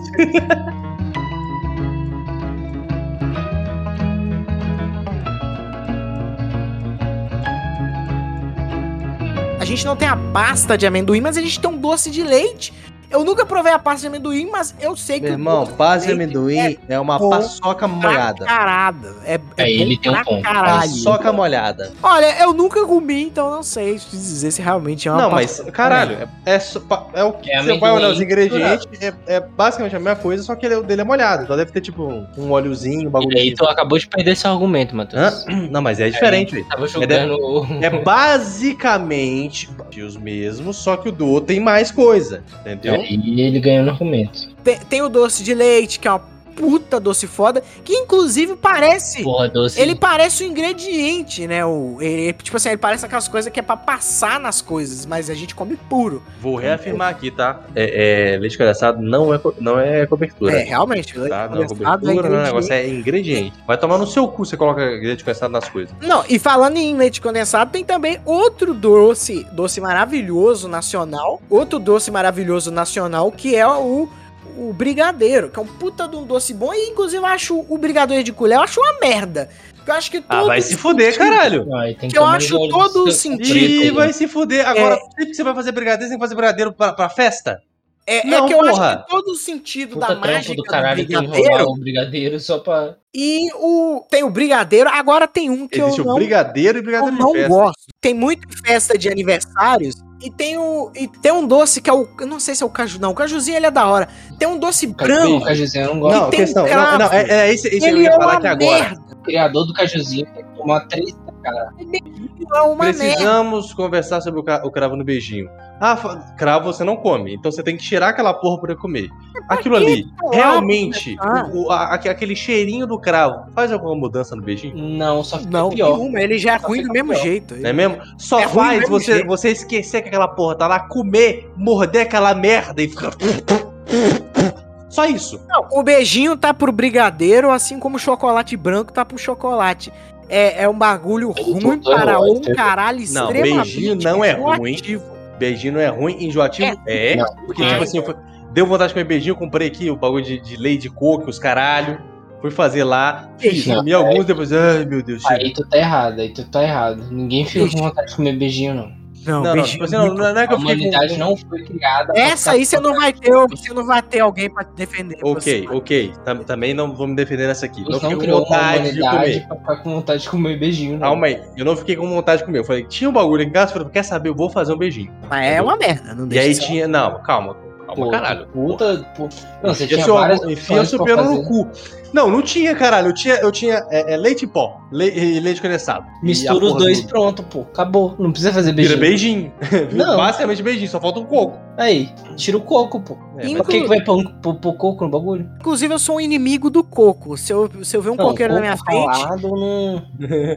A gente não tem a pasta de amendoim, mas a gente tem um doce de leite. Eu nunca provei a pasta de amendoim, mas eu sei Meu que. o irmão, gosto paz de dele é amendoim é uma bom paçoca molhada. pra Carada. É, é É, bom ele tem um pra ponto. Caralho. Paçoca molhada. Olha, eu nunca comi, então não sei te dizer se realmente é uma Não, pasta- mas, caralho, é, é só pa- é o que É você vai amendoim olhar os ingredientes, é, é basicamente a mesma coisa, só que ele, o dele é molhado. Então deve ter tipo um, um óleozinho, um E bagulho. aí tu acabou de perder seu argumento, Matheus. Não, mas é diferente, velho. Tava jogando o- É basicamente os mesmos, só que o do outro tem mais coisa, É, E entendeu? aí ele ganhou no argumento. Tem, tem o doce de leite, que é uma puta doce foda, que inclusive parece. Porra, doce. Ele parece um ingrediente, né? O, ele- tipo assim, ele parece aquelas coisas que é pra passar nas coisas, mas a gente come puro. Vou reafirmar aqui, tá? É, é, leite condensado não é, co- não é cobertura. É, realmente. leite Tá, não é condensado é cobertura, não é ingrediente. negócio, é ingrediente. Vai tomar no seu cu você coloca leite condensado nas coisas. Não, e falando em leite condensado, tem também outro doce, doce maravilhoso nacional, outro doce maravilhoso nacional, que é o, o brigadeiro, que é um puta de um doce bom, e inclusive eu acho o brigadeiro de colher, eu acho uma merda. Eu acho que todo... Ah, vai se fuder, caralho! Não, aí tem Eu tomar acho igual todo doce o sentido. preto Ih, aí. vai se fuder. Agora, sempre que você vai fazer brigadeiro, você tem que fazer brigadeiro pra, pra festa? É, é Não, que eu acho porra. que todo o sentido da Puta trampa mágica do do, caralho que enrolar brigadeiro, o brigadeiro só pra. e o... tem o brigadeiro, agora tem um que Existe eu o não... brigadeiro e eu brigadeiro de não festa. gosto. Tem muito em festa de aniversários e tem o e tem um doce que é o, eu não sei se é o caju, não, o cajuzinho ele é da hora. Tem um doce Não, o branco. cajuzinho eu não gosto. Não, tem questão. Não, cravo. não, é, é esse, esse eu Ele ia é falar uma aqui agora. merda, O criador do cajuzinho tem que tomar três na cara. é uma merda. Precisamos conversar sobre o, ca- o cravo no beijinho. Ah, fa- cravo você não come, então você tem que tirar aquela porra pra comer. Aquilo É, que ali, cravo, realmente, cara? o- o- a- aque- aquele cheirinho do cravo faz alguma mudança no beijinho? Não, só fica Não, pior. nenhuma, ele já é Só ruim fica do mesmo pior. jeito. Não Tá é mesmo? Só É ruim faz mesmo você, jeito. você esquecer que aquela porra tá lá, comer, morder aquela merda e <laughs> ficar. Só isso. Não, o beijinho tá pro brigadeiro, assim como o chocolate branco tá pro chocolate. É, é um bagulho Ele ruim tô- tô para errado, um entendeu? caralho Não, extremamente beijinho não é ruim. enjoativo. Beijinho não é ruim, enjoativo é. Não, Porque, é. tipo assim, eu fui- deu vontade de comer beijinho, comprei aqui o bagulho de, de lei de coco, os caralho. Fui fazer lá, fiz, Beijinho. comi alguns, depois, ai meu Deus, chega. Aí tu tá errado, aí tu tá errado. Ninguém fica com vontade de comer beijinho, não. Não, Não, não, beijinho tipo assim, não, muito- não é que A eu fiquei humanidade com... não foi criada. pra Essa aí você não vai ter, você não vai ter alguém pra te defender. Ok, você. ok, tam- também não vou me defender nessa aqui. Não Deus não fiquei com criou uma vontade de humanidade comer. pra ficar com vontade de comer beijinho, não. Calma aí, eu não fiquei com vontade de comer. Eu falei, tinha um bagulho em casa, eu falei, quer saber, eu vou fazer um beijinho. Mas é uma merda, não E deixa. aí de ser. tinha, não, calma, calma, Pô, caralho. Puta, pô. Não, você Enfia tinha seu- várias Enfia opções seu pra pelo fazer. no cu. Não, não tinha, caralho. Eu tinha, eu tinha é, é, leite em pó le- e leite condensado. E Mistura a os porra dois, do- pronto, pô. Acabou. Não precisa fazer Vira beijinho. beijinho. <laughs> Não. Basicamente beijinho, só falta um coco. Aí, tira o coco, pô. É, Pra que, que vai pôr, um- pôr, pôr coco no bagulho? Inclusive, eu sou um inimigo do coco. Se eu, se eu ver um coqueiro na minha coco frente. ralado <laughs> Não...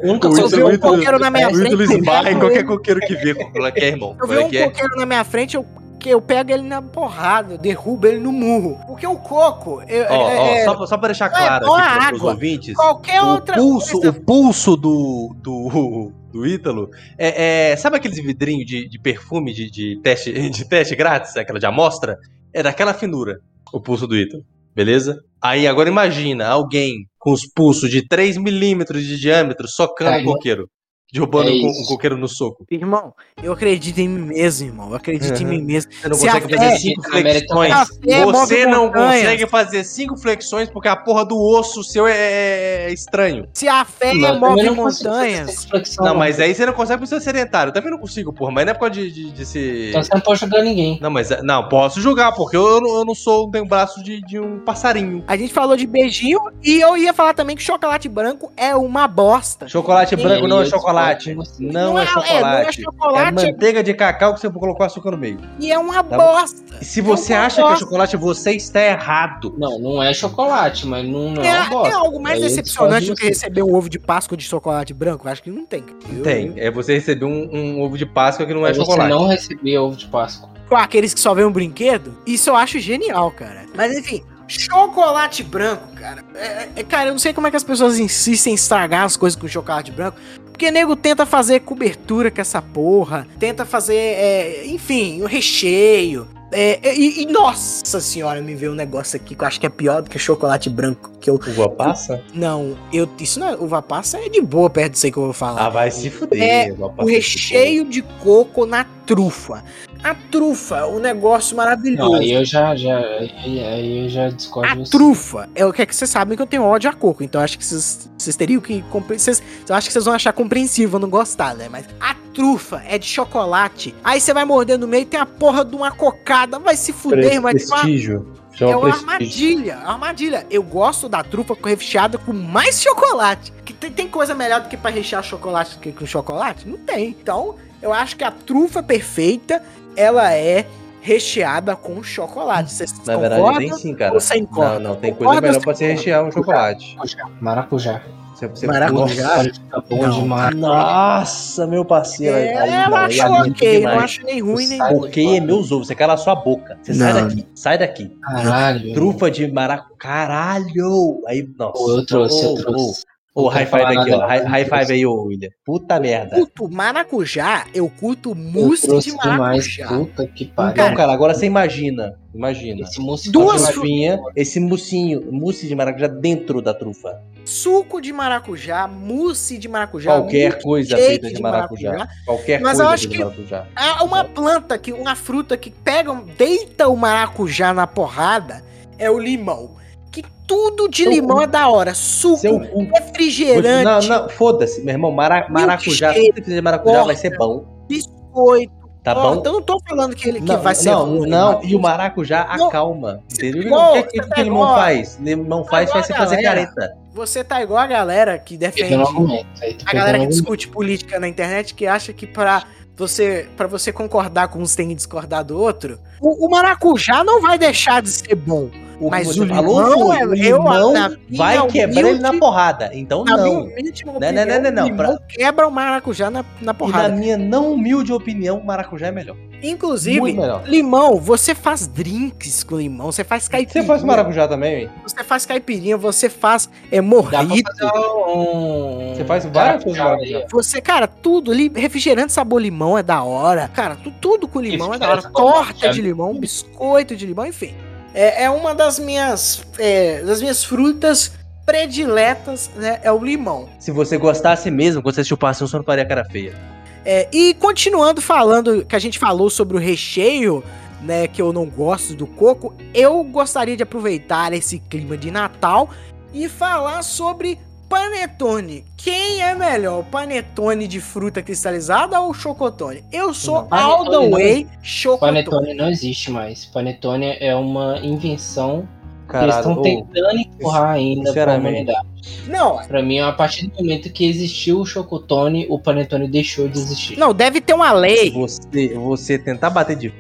Eu nunca O é soube Ítalo- ver um o Ítalo- coqueiro na minha o Ítalo frente. esbarra em qualquer coqueiro que vê, qualquer irmão. é- Se eu ver um coqueiro na minha frente, eu, que eu pego ele na porrada, eu derrubo ele no murro. Porque o coco. eu- Ó, é- ó, é- só, pra- só pra deixar não é claro só aqui a pros água. ouvintes, qualquer o É outra pulso, coisa. o pulso do, do, <laughs> do Ítalo é, é- Sabe aqueles vidrinhos de, de perfume de, de teste, <laughs> de teste grátis, aquela de amostra? É daquela finura, o pulso do Ítalo, beleza? Aí agora imagina alguém com os pulsos de 3 milímetros de diâmetro socando Aí- um coqueiro, derrubando É um co- isso. um coqueiro no soco. Irmão, eu acredito em mim mesmo, irmão. Eu acredito em Uhum. mim mesmo. Você não Se é consegue a fazer É, fé- cinco a meritocracia- flexões. A fé Você move não montanhas. consegue fazer cinco flexões porque a porra do osso seu é é estranho. Se a fé Não, eu move também não consigo fazer montanhas. essa flexão, Não, não. mas aí você não consegue por ser sedentário. Eu também não consigo, porra. Mas não é por causa de, de, de ser. Então você não pode jogar ninguém. Não, mas é- não, posso julgar, porque eu, eu não, eu não sou, não tenho braço de, de um passarinho. A gente falou de beijinho e eu ia falar também que chocolate branco é uma bosta. Chocolate Sim, branco não eu é chocolate. discordo com você. Não é não é chocolate. É chocolate manteiga de cacau que você colocou açúcar no meio. e é uma Tá bom. bosta. E se você Eu acha que é gosto. chocolate, você está errado. Não, não é chocolate, mas não, não É, é uma é bosta. algo mais Aí eu decepcionante do discordo que de você. receber um ovo de Páscoa de chocolate branco? Eu Acho que não tem. Eu- Tem. É você receber um, um ovo de Páscoa que não é Você chocolate. não receber ovo de Páscoa. com aqueles que só vêem um brinquedo, isso eu acho genial, cara. Mas enfim, chocolate branco, cara. É, é- cara, eu não sei como é que as pessoas insistem em estragar as coisas com chocolate branco. Porque nego tenta fazer cobertura com essa porra, tenta fazer, é, enfim, o recheio. É, é, e, e, nossa senhora, me veio um negócio aqui que eu acho que é pior do que chocolate branco. Que eu, Uva passa? Não, eu, isso não é, uva passa é de boa perto disso aí que eu vou falar. Ah, vai se fuder. É, uva o passa se recheio de coco na trufa. A trufa, o negócio Não, maravilhoso. aí eu já, já, aí, aí eu já discordo. A de você. trufa é o que é que vocês sabem que eu tenho ódio a coco, então acho que vocês vocês teriam que. compre- Vocês, eu acho que vocês vão achar compreensível não gostar, né? Mas a trufa é de chocolate. Aí você vai morder no meio e tem a porra de uma cocada, vai se fuder, Pre- irmão. é de uma Prestígio. É Chama uma prestígio. armadilha, é uma armadilha. Eu gosto da trufa com- recheada com mais chocolate. Que tem, tem coisa melhor do que pra rechear chocolate do que com chocolate? Não tem. Então, eu acho que a trufa perfeita, ela é recheada com chocolate. Vocês Na verdade, tem sim, cara. ou sem Não, corda? não, tem coisa Concorda ou melhor sem pra você corda? rechear um chocolate. Maracujá. Maracujá. Você, você Maracujá? Nossa, Tá bom Não. demais. Nossa, meu parceiro. aí- aí É, eu não, aí acho é ruim ok, não demais. acho nem ruim nem Sai- bom. Porque é meus ovos, você cala a sua boca. Você sai Não. daqui, sai daqui. Caralho. Trufa de maracu. Caralho! Aí, nossa. Pô, eu trouxe, eu trouxe. O high five aqui, ó. Não, High, eu high trouxe. five aí, ô William. Puta merda. Curto maracujá, eu curto Eu mousse trouxe de demais. maracujá. Puta que pariu. Então, cara, agora você imagina. Imagina. Esse moço Duas Uma faz uma- fu- tá vinha, esse mussinho, mousse de maracujá dentro da trufa. Suco de maracujá, mousse de maracujá. um Qualquer coisa milkshake feita de maracujá. Qualquer Mas eu coisa acho feita de que- maracujá. Ah, uma planta que uma fruta que pega, um- deita o maracujá na porrada é o limão. Que tudo de Seu limão cu. é da hora, suco, Seu cu. Não, refrigerante, não, foda-se, meu irmão. mara- maracujá, cheiro, tudo que fizer de maracujá vai ser bom. biscoito. Tá Ó, bom? Então não tô falando que ele que não, vai ser não, ruim, não, mas- e o maracujá Não. acalma. Entendeu? Igual, O que, que, que, tá limão igual. faz? Limão faz, faz você igual a fazer galera. careta. Você tá igual a galera que defende Perdendo argumento. Aí tu a galera que perdendo discute política na internet que acha que pra você para você concordar com um você tem que discordar do outro. O, o maracujá não vai deixar de ser bom. O que Mas você o falou, limão, o é- eu- limão na minha vai quebrar ele na humilde- porrada. Então Na minha não. humilde não, opinião, não, não, não, o limão quebra o maracujá na, na E na porrada. minha não humilde opinião, maracujá é melhor. Inclusive, Muito melhor. limão, você faz drinks com limão, você faz caipirinha, Você faz maracujá também, hein? você faz caipirinha, você faz é, Dá pra morrito, fazer um... Você faz várias coisas Cara, maravilhosas. você, cara, tudo, li- refrigerante sabor limão é da hora, cara, tu- tudo com limão é da hora, Refrigerante sabor torta limão, de limão, biscoito de limão, enfim. É, é uma das minhas, é, das minhas frutas prediletas, né, é o limão. Se você gostasse mesmo, quando você chupasse um, você não faria cara feia. É, e continuando falando que a gente falou sobre o recheio, né, que eu não gosto do coco, eu gostaria de aproveitar esse clima de Natal e falar sobre panetone. Quem é melhor, o panetone de fruta cristalizada ou o chocotone? Eu sou Não, all the panetone way é chocotone. Panetone não existe mais. Panetone é uma invenção Caralho, que eles ô, estão tentando empurrar ainda pra sinceramente. humanidade. Não, Pra mim, a partir do momento que existiu o Chocotone, o Panetone deixou de existir. não, deve ter uma lei. você, você tentar bater de.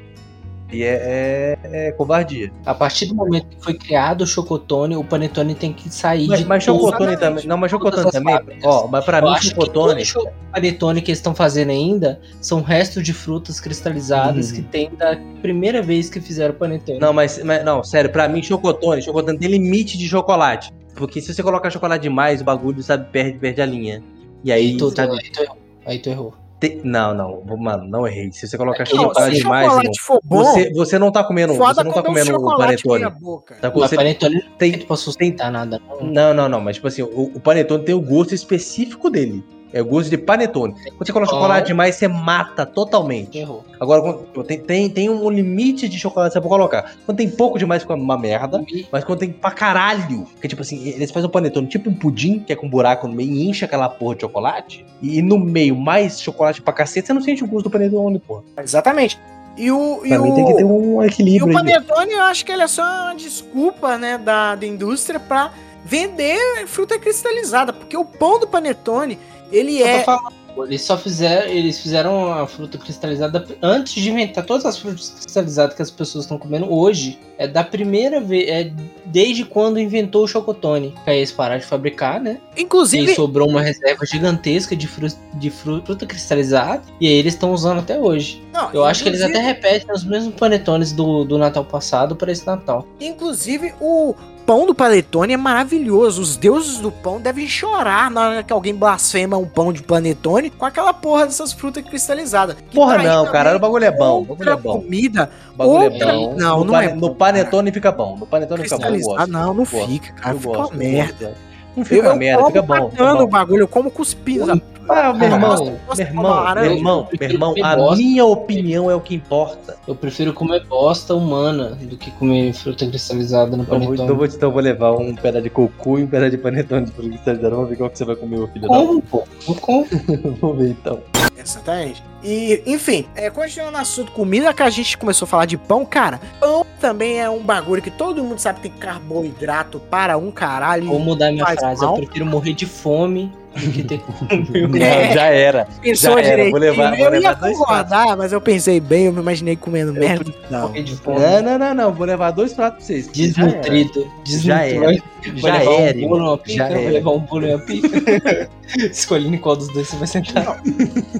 E é, é- é covardia. A partir do momento que foi criado o Chocotone, o Panetone tem que sair Mas, de mas tudo. chocotone exatamente. também. Não, mas chocotone Todas as também. fábricas. Ó, mas pra Eu mim, acho chocotone. que todo cho- panetone que eles estão fazendo ainda são restos de frutas cristalizadas Uhum. que tem da primeira vez que fizeram panetone. Não, mas, mas- não, sério, pra mim, chocotone, chocotone tem limite de chocolate. Porque se você colocar chocolate demais, o bagulho, sabe, perde, perde a linha. E aí, tá aí, tu, sabe, aí tu errou. Aí tu errou. te- não, não, mano, não errei. Se você colocar Não, Não, se chocolate o demais, irmão, chocolate for bom, você, você não tá comendo, foda você não tá comer um comendo o chocolate panetone. meia boca. Tá? Mas Você panetone não tem, é pra sustentar nada. Não. Não, não, não, mas tipo assim, o, o panetone tem o gosto específico dele. É o gosto de panetone. Quando você coloca Ó. chocolate demais, você mata Tu totalmente. errou. Agora, quando- tem, tem, tem um limite de chocolate que você pode colocar. Quando tem pouco demais, fica uma merda. Mas quando tem pra caralho, que tipo assim, eles fazem um panetone tipo um pudim, que é com um buraco no meio e enche aquela porra de chocolate. E no meio, mais chocolate pra cacete, você não sente o gosto do panetone, porra. Exatamente. E o, e Pra mim o- tem que ter um E o equilíbrio aí. panetone, eu acho que ele é só uma desculpa, né, da, da indústria pra vender fruta cristalizada, porque o pão do panetone, ele Eu é tô falando, Eles só fizeram, eles fizeram a fruta cristalizada antes de inventar todas as frutas cristalizadas que as pessoas estão comendo hoje. É da primeira vez, é desde quando inventou o chocotone. Aí eles pararam de fabricar, né? E aí Inclusive, sobrou uma reserva gigantesca de, fru de fru- fruta cristalizada. E aí eles estão usando até hoje. não, Eu acho que eles inclusive- até repetem os mesmos panetones do, do Natal passado para esse Natal. Inclusive, o pão do panetone é maravilhoso. Os deuses do pão devem chorar na hora que alguém blasfema um pão de panetone com aquela porra dessas frutas cristalizadas. Que Porra, tá aí não, também um cara. O bagulho é bom. O Outra bagulho é bom. comida O bagulho é outra- bom. não, no não é pane- No panetone fica bom. No panetone fica bom. Eu cristalizada, gosto. não, não gosto, fica, cara. Eu Fica gosto. uma merda. eu gosto. Não fica uma merda, fica bom. como Fica catando o bom. bagulho, eu como cuspindo. Ah, meu Ah, irmão, gosto- gosto meu de irmão, uma laranja. meu irmão, meu irmão, Eu a gosto. minha opinião é o que importa. Eu prefiro comer bosta humana do que comer fruta cristalizada no Eu vou, panetone. então, eu vou, então eu vou levar um pedaço de cocô e um pedaço de panetone de cristalizado. Vamos ver qual que você vai comer, meu filho. Como, pô? Eu como. Hum, <laughs> Vamos ver então. Exatamente. E, enfim, é, continuando o assunto comida, que a gente começou a falar de pão, cara. Pão também é um bagulho que todo mundo sabe que tem carboidrato para um caralho. Vou mudar minha Faz frase. mal. Eu prefiro morrer de fome do que <laughs> ter Não, já era. Pensou Já era, direitinho. vou levar- vou eu levar ia dois concordar, mas eu pensei bem, eu me imaginei comendo merda. Não. morrer de fome. Não, não, não, não. Vou levar dois pratos pra vocês. Desnutrido. Já era. Desnutrido. Vai Já levar era. um bolo e uma Já pica? Vai era. levar um bolo e <laughs> uma pica? Escolhendo em qual dos dois você vai sentar.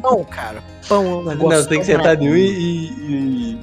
Pão, cara. Pão é um negócio. Não, tem que tão sentar em um e, e,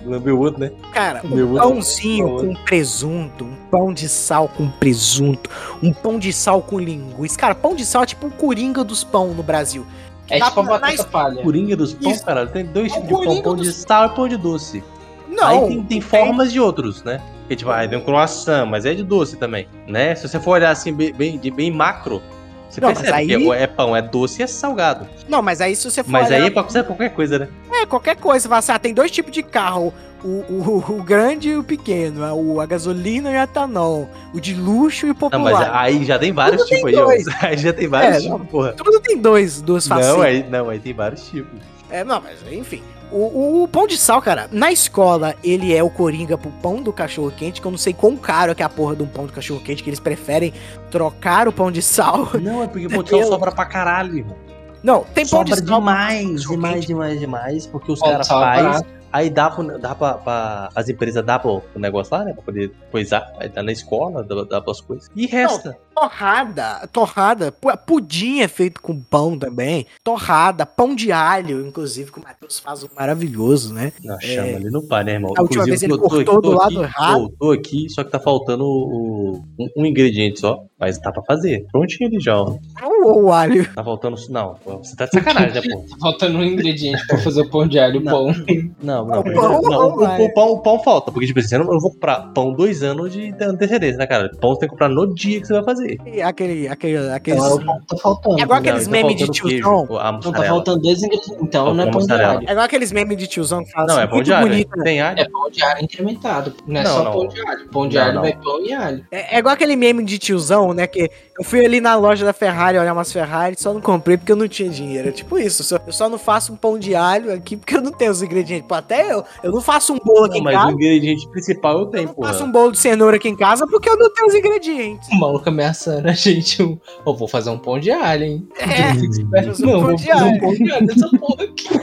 e lamber o outro, né? maravilhoso. Cara, Meu um outro- pãozinho meu com presunto, um pão de sal com presunto, um pão de sal com linguiça. Cara, pão de sal é tipo o coringa dos pão no Brasil. É Tá tipo a pra- batata mas- palha. Coringa dos pão, Isso. caralho. Tem dois É tipos de pão. coringa Pão de dos- sal e pão de doce. Não, Aí tem, tem formas de outros, né? Porque, tipo, ah, tem um croissant, mas é de doce também, né? Se você for olhar assim, bem, bem, de- bem macro, você Não, percebe mas aí- que é, é pão, é doce e é salgado. não, mas aí se você for Mas olhar- aí é pra você qualquer coisa, né? É, qualquer coisa. Você fala assim, ah, tem dois tipos de carro. O, o, o grande e o pequeno. ah, O, a gasolina e o etanol. O de luxo e o Não, popular. mas aí já tem vários Tudo tem tipos aí, ó. dois. <laughs> Aí já tem vários É, tipos, porra. Tudo tem dois, duas facetas. Não é aí, não, aí tem vários <laughs> tipos. É, não, mas enfim. O, o- o pão de sal, cara, na escola ele é o coringa pro pão do cachorro quente, que eu não sei quão caro é que é a porra de um pão do cachorro quente, que eles preferem trocar o pão de sal. <laughs> Não, é porque o pão de sal Eu- sobra pra caralho, irmão. Não, tem pão Sobra de sal. demais, Cachorro demais, quente. demais, demais, porque os Pão de caras sal é fazem, barato. aí dá, pro, dá pra, pra- As empresas dá pro, pro negócio lá, né? Pra poder coisar, aí dá na escola, dá, dá pras coisas. E resta. Torrada, torrada, pu- pudim é feito com pão também, torrada, pão de alho, inclusive, que o Matheus faz um maravilhoso, né? Na chama ali no par, né, irmão? A última vez ele cortou do lado errado. Tô aqui, só que tá faltando o- um, um ingrediente só. Mas tá pra fazer. Prontinho ali já, ó. Pão ou alho? Tá faltando. Não, você tá de <laughs> sacanagem, né, pô? Faltando um ingrediente pra fazer o pão de alho, o Não. pão. Não, não. O <laughs> pão não, não o- vai. o, pão, o pão falta. Porque, tipo assim, eu não eu não vou comprar pão dois anos de antecedência, né, cara? Pão você tem que comprar no dia que você vai fazer. E Aquele, aquele, aquele... Então, é o pão que tá faltando. É igual aqueles Não, e memes de faltando tiozão. queijo, a Então tá mussarela. faltando dois ingredientes. Então não é pão de Mussarela. alho. É igual aqueles memes de tiozão que falam Não, assim, é pão muito de alho. bonito, né? Tem alho. É pão de alho incrementado. Não é Não, só não. pão de alho. Pão de Não, alho não. vai pão e alho. É, é igual aquele meme de tiozão, né? Que eu fui ali na loja da Ferrari olhar umas Ferrari, só não comprei porque eu não tinha dinheiro. É tipo isso. só- eu só não faço um pão de alho aqui porque eu não tenho os ingredientes. Pô, até eu. Eu não faço um bolo aqui Não, em mas o casa. ingrediente principal eu Eu tenho, não pô. faço um bolo de cenoura aqui em casa porque eu não tenho os <laughs> ingredientes. O maluco ameaçando a gente. Eu eu vou fazer um pão de alho, hein? É, Uhum. Mas um não, pão vou de fazer um alho. pão de alho dessa porra aqui.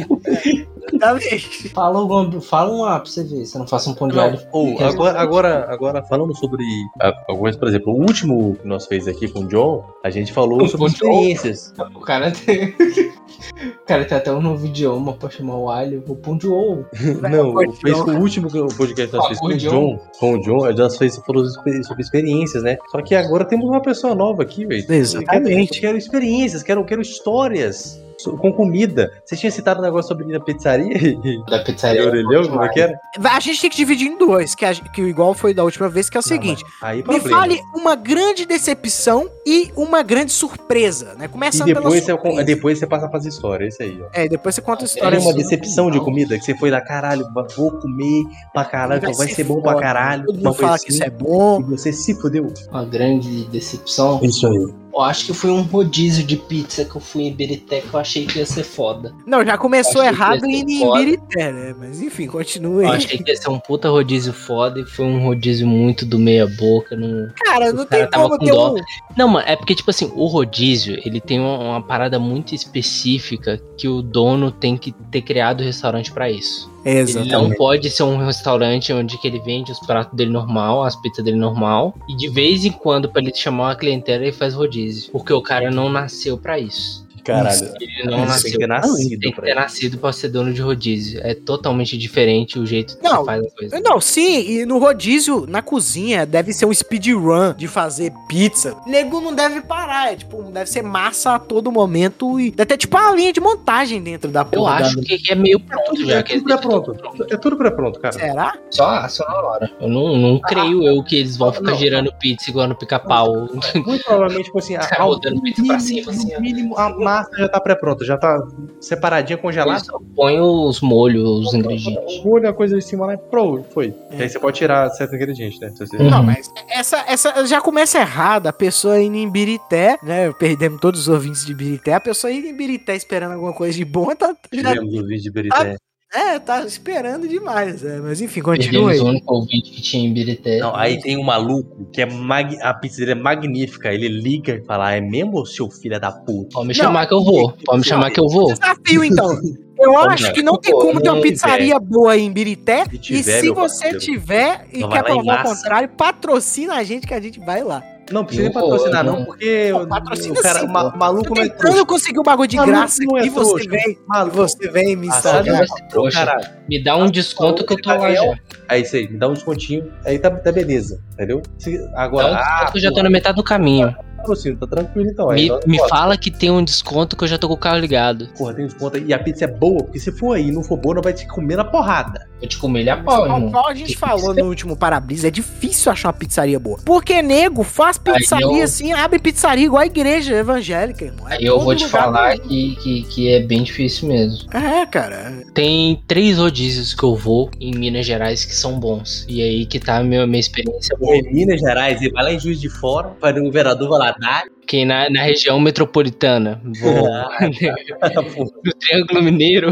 tá vendo? <laughs> Fala, alguma- fala um lá pra você ver. Se eu não faço um pão de Não, alho. ou, agora, agora, agora, falando sobre a- algumas, por exemplo, o último que nós fez aqui com o John, a gente falou Com sobre o John? experiências. O cara <laughs> tem. o cara tem até um novo idioma pra chamar o alho. O pão de ovo. Não, com o John. fez- o último que- o podcast que nós Ah, fez com com o o John, com o John, nós fez falou sobre sobre experiências, né? Só que agora temos uma pessoa nova aqui, velho. Eu Exatamente. quero, eu quero experiências, quero, quero histórias so- com comida. Você tinha citado um negócio sobre a pizzaria e Da e pizzaria. orelhão, como é que era? A gente tem que dividir em dois, que, a- que igual foi da última vez, que é o seguinte. Aí Me problema. fale uma grande decepção e uma grande surpresa, né? e Começando depois você, pela surpresa. depois você passa pras histórias, isso aí, ó. É, depois você conta a Olha história. Era uma isso. decepção de comida que você foi lá, caralho, vou comer pra caralho, vai, ser, bom pra foda. caralho. Todo mundo uma coisa fala que isso é assim, bom. E você se fudeu. Uma grande decepção. Isso aí. Eu acho que foi um rodízio de pizza que eu fui em Berité que eu achei que ia ser foda. Não, já começou Acho que errado ia ser em foda. Imbirité, né? Mas enfim, continue Eu aí. achei que ia ser um puta rodízio foda e foi um rodízio muito do meia boca. Não, Cara, não o cara tem tava como com ter dó. um. não mano, é porque, tipo assim, o rodízio, ele tem uma, uma parada muito específica que o dono tem que ter criado o restaurante pra isso. Ele Exatamente. não pode ser um restaurante onde que ele vende os pratos dele normal, as pizzas dele normal. E de vez em quando, pra ele chamar uma clientela, ele faz rodízio. Porque o cara não nasceu pra isso. Caralho. Ele não Isso nasceu. tem que ter nascido Tem que pra ter ele. nascido pra ser dono de rodízio. É totalmente diferente o jeito que Não, você faz as coisas. Não, sim, e no rodízio, na cozinha, deve ser um speedrun de fazer pizza. Nego não deve parar, é tipo, deve ser massa a todo momento e deve ter tipo uma linha de montagem dentro da Eu porra. da- acho que é meio pronto Tudo já. é que eles tudo é deixam pronto. tudo É tudo pré-pronto, cara. Será? Só, só na hora. Eu não, não creio eu que eles vão ficar Ah, Não. girando pizza igual no pica-pau. Muito provavelmente, tipo assim, a, Os caras botando o peito pra cima, assim, ó. no mínimo, a massa já tá pré-pronta, já tá separadinha, Eles congelada. só põem os molhos, os ingredientes. O molho, a coisa em cima lá, pro, foi. É. E aí você pode tirar certos ingredientes, né? Se você- Uhum. Não, mas essa, essa já começa errada. A pessoa indo em Birité, né? Perdemos todos os ouvintes de Birité. A pessoa indo em Birité esperando alguma coisa de bom, tá, já- Tivemos um o vídeo de Berité. é, tá esperando demais. é. Mas enfim, continua aí. Perdemos um. o único ouvinte que tinha em Birité. Não, aí tem um maluco que é mag... a pizza dele é magnífica. Ele liga e fala: É mesmo, seu filho da puta? Pode me Não. chamar que eu vou. Pode me é chamar que eu vou. Desafio, então. Eu Vamos acho lá. que não tem como ter uma Não pizzaria boa aí em Birité. Se E tiver, se meu você parceiro. tiver e Então quer vai lá em provar o massa. contrário, patrocina a gente que a gente vai lá. Não precisa Eu nem patrocinar, vou, não, porque Não, o- patrocina o cara, sim, o ma- Tô maluco não é trouxa. tentando conseguir um bagulho de Maluco graça não é e você trouxa. vem, Maluco, você vem me Ah, sabe? sabe? Poxa, Caralho. me dá um desconto que eu tô lá já. É isso aí, me dá um descontinho. Aí tá, tá beleza, entendeu? Se- Dá agora, um desconto ah, que eu já tô na metade do caminho. patrocínio, tá tranquilo então. aí Me, nós- me ó, fala que tem um desconto que eu já tô com o carro ligado. Porra, tem desconto aí. E a pizza é boa, porque se for aí e não for boa, não vai te comer na porrada. Vou te comer ele a pau, Igual irmão. a gente falou no último Parabrisa, é difícil achar uma pizzaria boa. Porque nego faz pizzaria eu- assim, abre pizzaria igual a igreja evangélica, irmão. É Aí eu todo vou te lugar falar do- que, que, que é bem difícil mesmo. É, cara. Tem três rodízios que eu vou em Minas Gerais que são bons. E aí que tá a minha, minha experiência boa. Em Minas Gerais, ele vai lá em Juiz de Fora, vai no governador Valadares. Fiquei na, na região metropolitana. Vou É. <laughs> no Triângulo Mineiro.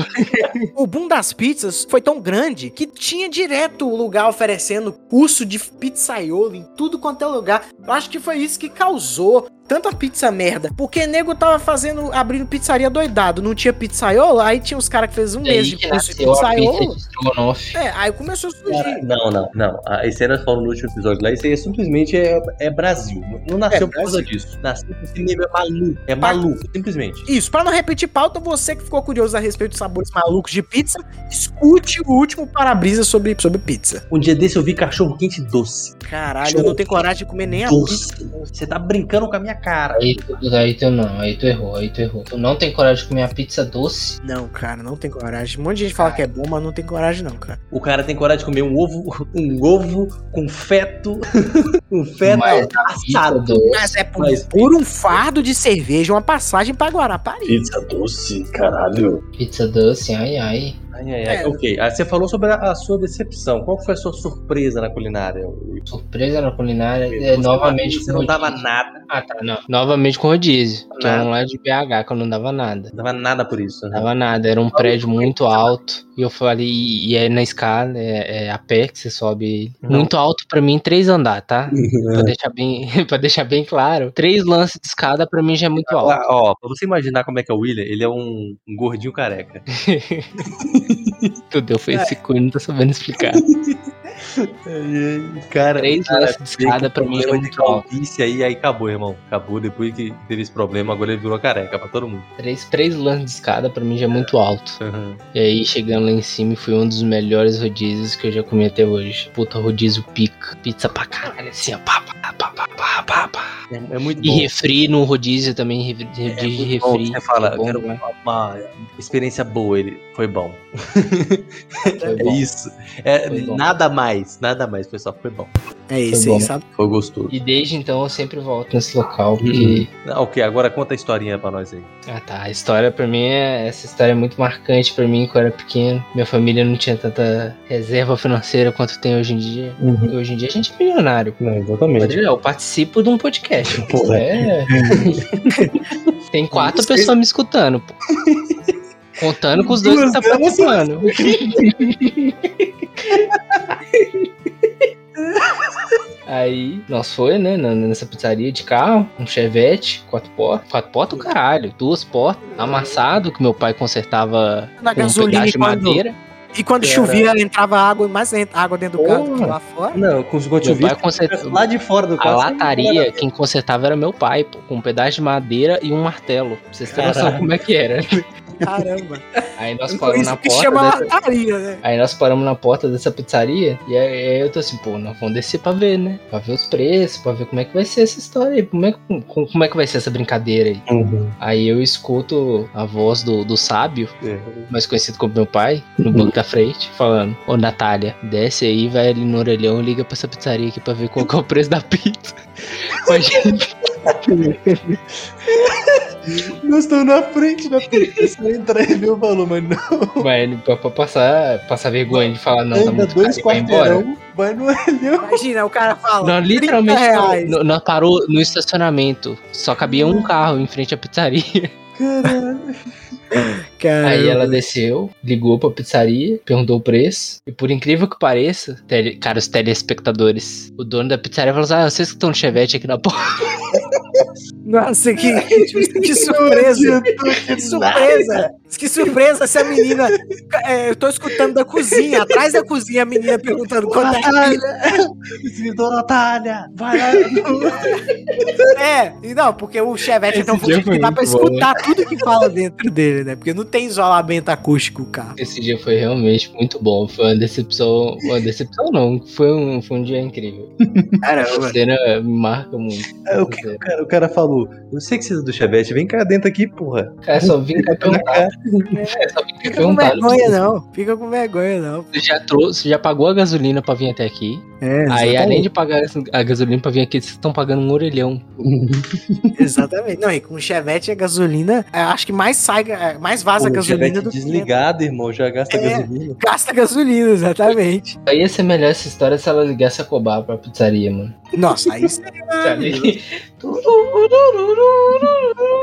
O boom das pizzas foi tão grande que tinha direto o lugar oferecendo curso de pizzaiolo em tudo quanto é lugar. Eu acho que foi isso que causou tanta pizza merda. Porque nego tava fazendo, abrindo pizzaria doidado. Não tinha pizzaiolo, aí tinha uns caras que fez um E aí mês de que curso de nasceu a pizza pizzaiolo. de estrogonofe. É, aí começou a surgir. não, não, não. Ah, Esse aí nós falamos no último episódio lá. Isso aí é simplesmente é, é Brasil. Não nasceu É Tá. por causa disso. Nasceu porque esse nível é maluco. É maluco, simplesmente. Isso, pra não repetir pauta, você que ficou curioso a respeito dos sabores malucos de pizza, escute o último para-brisa sobre, sobre pizza. Um dia desse eu vi cachorro quente doce. Caralho, eu não tenho coragem de comer nem a pizza. Doce. Você tá brincando com a minha cara. Aí, tu- aí tu não, aí tu errou, aí tu errou. Tu não tem coragem de comer a pizza doce? Não, cara, não tem coragem. Um monte de gente fala que é bom, mas não tem coragem, não, cara. O cara tem coragem de comer um ovo, <laughs> um ovo com feto, <laughs> um feto Mas Pizza assado. doce. Mas é por, Mas- por um fardo de cerveja, uma passagem pra Guarapari. Pizza doce, caralho. Pizza doce, ai ai. Ai, ai, ai. É. Ok, aí você falou sobre a, a sua decepção. Qual que foi a sua surpresa na culinária? Surpresa na culinária. É, Você novamente não- Você não dava rodízio. nada. Ah, tá, não. Novamente com rodízio. Que Nada. era um lá de BH que eu não dava nada. Não dava nada por isso. Não Né? dava nada, era um prédio muito alto. E eu falei, e é na escada, é, é a pé que você sobe. ele. Não. É. Muito alto pra mim, três andares, tá? Pra deixar, bem, <laughs> pra deixar bem claro, três lances de escada pra mim já é muito alto. Ah, ó, pra você imaginar como é que é o William, ele é um, um gordinho careca. Meu Deus, É. foi esse cu, não tá sabendo <laughs> explicar. cara, Três cara, lances de escada pra mim já problema é de muito alto. calvície aí, aí acabou, irmão. Acabou depois que teve esse problema, agora ele virou careca pra todo mundo. Três, três lances de escada pra mim já é muito alto. Uhum. E aí, chegando lá em cima, foi um dos melhores rodízios que eu já comi até hoje. Puta, rodízio pica. Pizza pra caralho, assim, ó. Pá, pá, pá, pá, pá, pá, pá. É, é muito E bom. refri no rodízio também, refri, É rodízio de muito bom, refri. você fala, é bom, quero né? uma experiência boa, ele foi bom. Foi É bom. isso. É, Foi bom. nada mais, nada mais, pessoal. Foi bom. É isso bom. aí, sabe? Foi gostoso. E desde então eu sempre volto nesse local, porque. Ah, Ok, agora conta a historinha pra nós aí. Ah tá, a história pra mim é. Essa história é muito marcante pra mim quando eu era pequeno. Minha família não tinha tanta reserva <laughs> financeira quanto tem hoje em dia. E hoje em dia a gente é milionário. exatamente. Rodrigo, Eu participo de um podcast. Porra. <laughs> É. Tem quatro Vocês- pessoas me escutando, pô. Contando com os dois que Duas tá delas- participando. <laughs> Aí nós foi, né, na- nessa pizzaria de carro, um chevette, quatro portas. Quatro portas, o caralho, duas portas, amassado, que meu pai consertava Na com um gasolina pedaço de quando, madeira. E quando Era- chovia, entrava água, mais en- água dentro do carro do que lá fora. Não, com os Meu pai gotivitos. consertava. Lá de fora do A carro. lataria, quem consertava era meu pai, pô, com um pedaço de madeira e um martelo. Pra vocês terem noção Caralho. como é que era. <laughs> Caramba. Aí nós Por paramos na Então, isso que porta. chama dessa- lataria, né? Aí nós paramos na porta dessa pizzaria e aí, aí eu tô assim, pô, nós vamos descer pra ver, né? Pra ver os preços, pra ver como é que vai ser essa história aí, como é, que- com- como é que vai ser essa brincadeira aí. Uhum. Aí eu escuto a voz do, do sábio, É. mais conhecido como meu pai, no Uhum. banco da frente, falando, ô Natália, desce aí, vai ali no orelhão e liga pra essa pizzaria aqui pra ver qual que é o preço da pizza. <laughs> Pra gente- Nós estamos na frente da polícia. entrar e ver o valor, mas não. Mas ele- pra, pra passar, passar vergonha de falar, não, tá Ainda muito caro, dois e vai embora. quarteirão, é. vai no olhão. Imagina, o cara fala. Não, 30 literalmente, reais. não, nós parou no estacionamento. Só cabia um carro em frente à pizzaria. Caralho. Caramba. Aí ela desceu, ligou pra pizzaria, perguntou o preço. E por incrível que pareça, tele, cara, os telespectadores, o dono da pizzaria falou assim: Ah, vocês que estão no chevette aqui na porta. <laughs> Nossa, <laughs> que, que, que surpresa. Que surpresa. Que surpresa se a menina. É, eu tô escutando da cozinha, atrás da cozinha, a menina perguntando quanto é. Natália! <laughs> Escritor Natália! Vai lá! É, e não, porque o Chevette Esse então dia foi que dá pra muito bom, né? escutar tudo que fala dentro dele, né? Porque não tem isolamento acústico o carro. Esse dia foi realmente muito bom. Foi uma decepção. Uma decepção, não. Foi um, foi um dia incrível. Caramba. A cena me marca muito. É, o que o cara, o cara falou? Eu sei que você é do Chevette, vem cá dentro aqui, porra. Cara, só <laughs> vim cá Então, perguntar. É, só vim cá Fica com perguntar. vergonha, não. Fica com vergonha, não. Você já trouxe, você já pagou a gasolina pra vir até aqui. É, Aí, além de pagar a gasolina pra vir aqui, vocês estão pagando um orelhão. Exatamente. Não, e com chevette a gasolina, é, acho que mais sai, é, mais vaza a Pô, o gasolina Chevette do que desligado, irmão, já gasta É. gasolina. gasta gasolina, exatamente. Aí ia ser melhor essa história se ela ligasse a Cobar pra pizzaria, mano. Nossa, <laughs> aí <laughs> seria maravilhoso.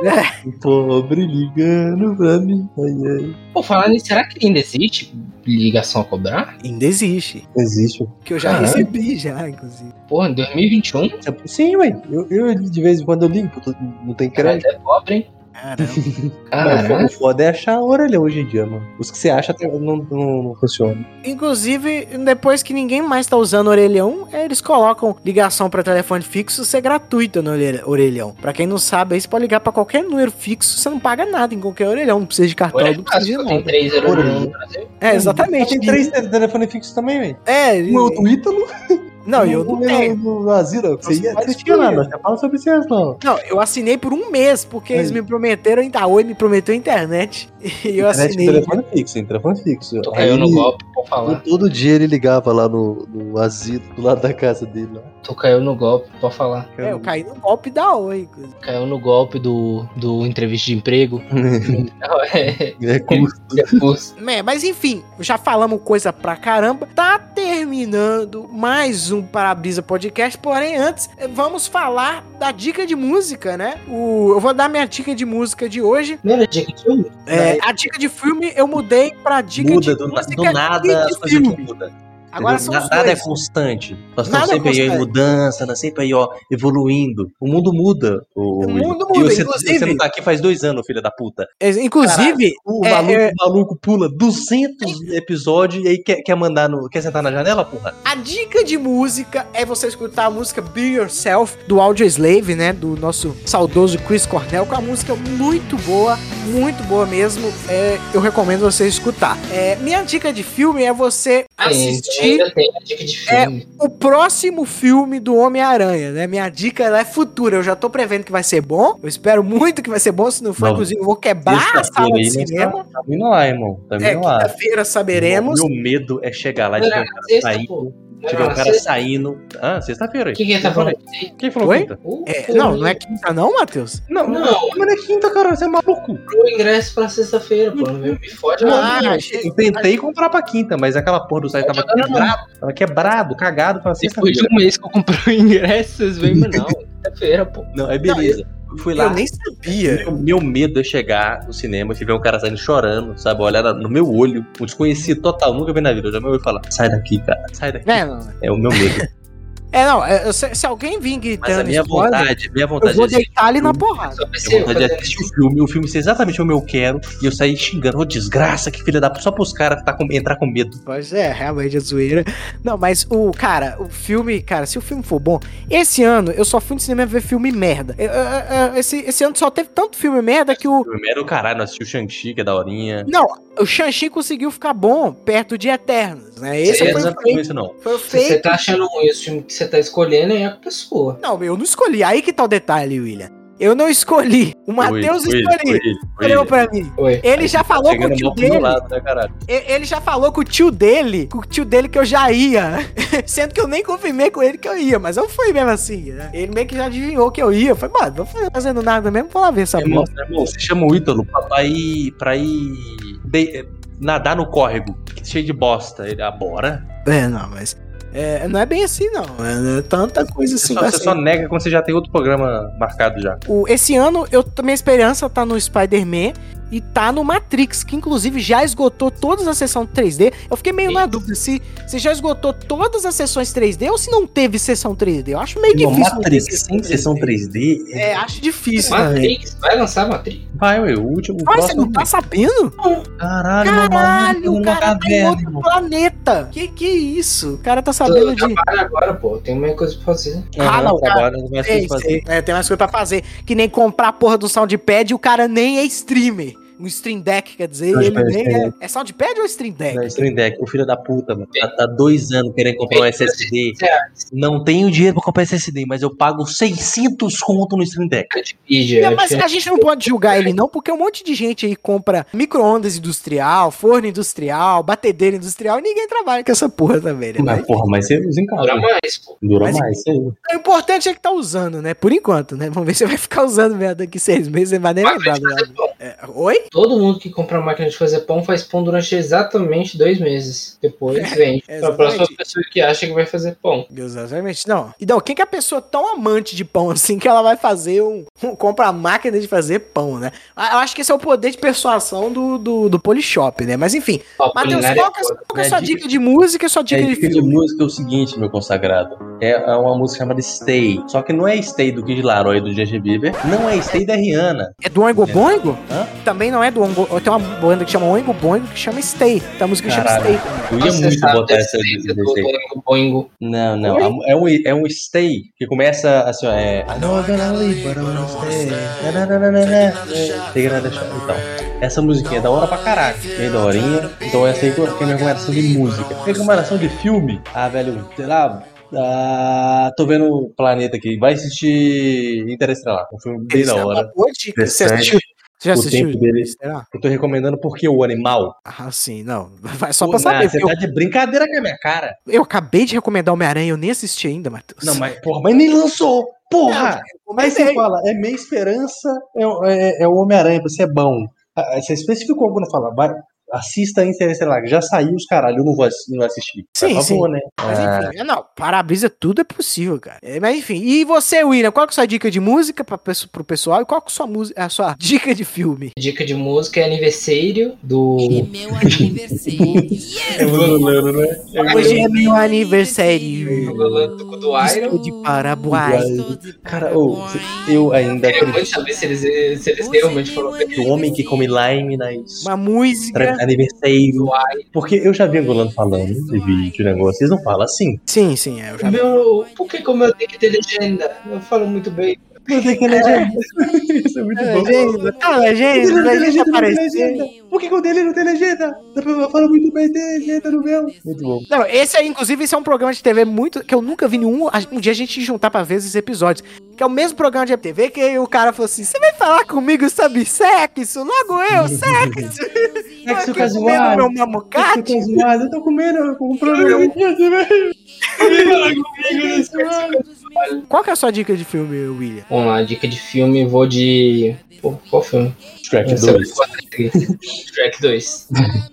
É, Um Pobre ligando pra mim. Ai, Pô, falando nisso, será que ainda existe ligação a cobrar? Ainda existe. ai. Existe. Que eu já Caralho. recebi, já, inclusive. Porra, em 2021? Sim, ué. Eu, eu, de vez em quando eu ligo, porque não tem crédito. Até pobre, hein? Caramba. Mas o fo- Caralho. o foda é achar orelhão hoje em dia, mano. Os que você acha até não, não, não funcionam. Inclusive, depois que ninguém mais tá usando orelhão, é, eles colocam ligação pra telefone fixo ser gratuita no orelha- orelhão. Pra quem não sabe, aí você pode ligar pra qualquer número fixo, você não paga nada em qualquer orelhão. Não precisa de cartão, Agora não é precisa de fácil, tem nada. três orelhão Orelhão. no Brasil. É, exatamente. Tem três um te- telefones fixos também, velho. É, O meu do Ítalo. um é não, eu não o meu tenho. do Azira, que você Nossa, ia. mas Você tinha lá, que- nós já fala sobre isso, não. Não, eu assinei por um mês, porque eles Aí. me prometeram, ainda Oi me prometeu internet. <laughs> E eu É. Internet com assinei. telefone fixo, hein? Telefone fixo. Tô Aí caindo no ele- golpe, vou falar. Todo dia ele ligava lá no, no asilo, do lado da casa dele. Lá. Tu caiu no golpe, pode falar. É, eu caí no golpe da Oi, inclusive. Caiu no golpe do, do entrevista de emprego. Não, é, <laughs> é custo. é curso. É, mas enfim, já falamos coisa pra caramba. Tá terminando mais um Parabrisa Podcast, porém antes eh, vamos falar da dica de música, né? O, eu vou dar minha dica de música de hoje. Não era dia que tinha um? É, a dica de filme eu mudei pra dica Muda de do, na- música do nada, as e de coisas filme. mudam. Agora são entendeu? Na- os nada é dois. né? constante. Nós Nada estamos é sempre aí em constante. mudança, nós sempre aí, ó, evoluindo. O mundo muda. O, O mundo e muda, você, inclusive. você não tá aqui faz dois anos, filha da puta. É, Inclusive, O, É, maluco, é. o maluco pula 200 episódios e aí quer, quer mandar no. Quer sentar na janela, porra? A dica de música é você escutar a música Be Yourself do Audio Slave, né? Do nosso saudoso Chris Cornell, com a música muito boa, muito boa mesmo. É, eu recomendo você escutar. É, minha dica de filme é você É, assistir então ainda tem a dica de filme. o próximo filme do Homem-Aranha, né? Minha dica ela é futura. Eu já tô prevendo que vai ser bom. Eu espero muito que vai ser bom. Se não for, Não. inclusive, eu vou quebrar a sala de cinema. Tá vindo lá, irmão. Tá vindo É, lá. quinta-feira saberemos. Meu medo é chegar lá e Não, tiver um não, cara sexta, saindo. pô. Tiver um Não, cara sexta. saindo. Ah, sexta-feira. O que que ele tá falando? Sim. Quem falou Oi? quinta? É, não, não é quinta, não, Matheus? Não, Não. mas não é quinta, cara. Você é maluco. o ingresso pra sexta-feira, pô. Não me fode Ah, nada. achei- Eu tentei comprar pra quinta, mas aquela porra do site tava Não, não, não. quebrado, tava quebrado, cagado assim, pra Depois de sexta-feira. um mês que eu comprei o ingresso, vocês vêm, mas não. Sexta-feira, pô. Não, é beleza. Eu fui lá. Eu nem sabia. Meu, meu medo é chegar no cinema e tiver um cara saindo chorando, sabe? Olhar na- no meu olho, Né? um desconhecido total, nunca vi na vida. Eu já me ouvi falar, sai daqui, cara, sai daqui. É, não. É o meu medo. É, não, é, se, se alguém vir gritando. Mas a minha spoiler, vontade, é a minha vontade eu vou de assistir deitar ali filme, na porrada. Só pensei, Minha vontade de assistir o filme, o filme ser exatamente como eu quero, e eu sair xingando, ô desgraça, que filha da puta, só pros caras tá com, entrar com medo. Pois é, realmente é zoeira. Não, mas o, cara, o filme, cara, se o filme for bom. Esse ano eu só fui no cinema ver filme merda. Eu- eu- eu- Esse, esse ano só teve tanto filme merda que o. Primeiro, caralho, nós assistiu o Shang-Chi, que é daorinha. Não, o Shang-Chi conseguiu ficar bom perto de Eternos, né? Esse Sim, foi o não feito. é isso, não. Foi o Se você feito. tá achando ruim esse filme que você tá escolhendo, é a pessoa. Não, eu não escolhi. Aí que tá o detalhe, William. Eu não escolhi. O Matheus Foi ele, escolheu. foi ele, foi ele. Escolheu pra mim. Oi. é Ele já falou com o tá Chegando tio mal pro meu dele. lado, né, caralho? E- Ele já falou com o tio dele, com o tio dele que eu já ia. <laughs> Sendo que eu nem confirmei com ele que eu ia, mas eu fui mesmo assim, né? Ele meio que já adivinhou que eu ia. Eu falei, mano, não tô fazendo nada mesmo, vou lá ver essa Irmão, bosta. irmão, você chama o Ítalo pra, pra ir. pra ir. de- nadar no córrego, que é cheio de bosta. Ele, ah, bora. É, não, mas. É, não é bem assim, não. É, é tanta coisa Você, assim. só, mas você assim, só nega quando você já tem outro programa marcado já. o- esse ano, eu, minha esperança tá no Spider-Man e tá no Matrix, que inclusive já esgotou todas as sessões 3D. Eu fiquei meio na Eita. dúvida se, se já esgotou todas as sessões 3D ou se não teve sessão 3D. Eu acho meio Uma difícil. não ter Matrix sem sessão 3D? É, acho difícil também. Matrix, vai lançar Matrix. Vai, ué, o último. o Mas você não próximo. tá sabendo? Caralho, mano. Caralho, o uma cara tá em né? caverna, outro irmão. planeta. Que que é isso? O cara tá Tô, sabendo de. trabalho agora, pô. Tem uma coisa pra fazer. Ah, não, cara. É, Agora não vai Sei, se fazer. sei. É, tem umas coisas pra fazer. Que nem comprar a porra do Soundpad e o cara nem é streamer. Um stream deck, quer dizer, ele Soundpad, nem é. É Soundpad ou stream Não, deck? Stream Deck, o filho da puta, mano. Tá, tá dois anos querendo comprar um SSD. Não tenho dinheiro pra comprar SSD, mas eu pago 600 conto no Stream Deck. Vídeo, é Não, mas é- a gente não pode julgar ele, não, porque um monte de gente aí compra micro-ondas industrial, forno industrial, batedeira industrial e ninguém trabalha com essa porra também, né? Mas, é porra, mas você desencarna. Dura mais, pô. Dura Mas- mais, isso aí. O importante é que tá usando, né? Por enquanto, né? Vamos ver se vai ficar usando mesmo daqui seis meses, você vai nem lembrar. Máquina de do fazer pão. É, Oi? Todo mundo que compra máquina de fazer pão faz pão durante exatamente dois meses. É, Depois vende pra exatamente. próxima pessoa que acha que vai fazer pão. Exatamente. Não. Então, quem que é a pessoa tão amante de pão <laughs> assim que ela vai fazer um. um- compra a máquina de fazer pão, né? Ah, Eu acho que esse é o poder de persuação do, do, do Polishop, né? Mas enfim. Ó, Matheus, culinária qual que é, foda. qual que é a né? sua dica de música e sua dica É, tipo de dica de filme? música é o seguinte, meu consagrado. É é uma música chamada Stay. Só que não é Stay do Kid Laroi do Justin Bieber. Não é Stay da Rihanna. É do Oingo Boingo? Hã? Também não é do Oingo. Tem uma banda que chama Oingo Boingo que chama Stay. Tem uma música que chama Caralho. Stay também. Eu ia Nossa, muito sabe botar desse essa jeito desse do jeito. Boingo Boingo. Não, não. a- É um, é um Stay que começa assim, ó, é... I know I gotta leave, but I wanna stay. Na, na, na, na, na, na. Take another shot. Então, essa musiquinha é da hora pra caraca. Bem daorinha. Então essa aí que é a minha recomendação de música. Recomendação de filme? Ah, velho, sei lá... Ah, tô vendo o planeta aqui. Vai assistir Interestelar. Um filme bem Isso da é uma hora. boa dica. Você Interessante. assistiu? Você já O assistiu? tempo dele- Será? Eu tô recomendando porque o animal. Ah, sim, não. <laughs> Vai só Pô, pra Nah, saber. você porque tá de brincadeira com a minha cara. eu, eu acabei de recomendar Homem-Aranha, eu nem assisti ainda, Matheus. Não, mas, porra, mas nem lançou. Porra! Aí Mas você fala, é minha esperança, é, o- é- é o Homem-Aranha, você é bom. Ah, Você especificou quando fala, vai, assista Interestelar, que já saiu os caralho, eu não vou, ass- não vou assistir. Sim, Por favor, né? Mas enfim, é, não, para-brisa tudo é possível, cara. É, mas enfim, e você, William, qual que é a sua dica de música pra, pesso- pro pessoal e qual que é a sua, música, a sua <laughs> dica de filme? Dica de música é aniversário do. <laughs> É meu aniversário. Yes! Hoje é meu aniversário. Do Iron. Estou de paraguai. Estou de Cara, ô, paraguai. eu ainda Eu queria muito acredito saber se eles, se eles realmente falaram que o homem que come lime nas Uma música. tra- aniversário. do Iron. Porque eu já vi angolano falando de vídeo, negócio, vocês não falam assim. Sim, sim, é, eu já vi. Meu, por que como eu tenho que ter legenda? Eu falo muito bem. Eu tenho que legenda. <laughs> Isso é muito É, bom. legenda, tá, legenda, Ele não tem legenda legenda, não tem apareceu. legenda. Por que que o dele não tem legenda? Eu falo muito bem dele, legenda no meu. Muito bom. Não, esse aí, inclusive, esse é um programa de TV muito. que eu nunca vi nenhum. a- Um dia a gente juntar pra ver esses episódios. Que é o mesmo programa de TV que o cara falou assim: você vai falar comigo sobre sexo? Logo <laughs> eu, sexo! Tô Sexo aqui casual. comendo meu Eu tô mamocate. zoado, eu tô comendo, eu tô com problema. Qual que é a sua dica de filme, William? Vamos lá, dica de filme, vou de. Pô, qual filme? Shrek Essa é a quatro aqui. Shrek 2.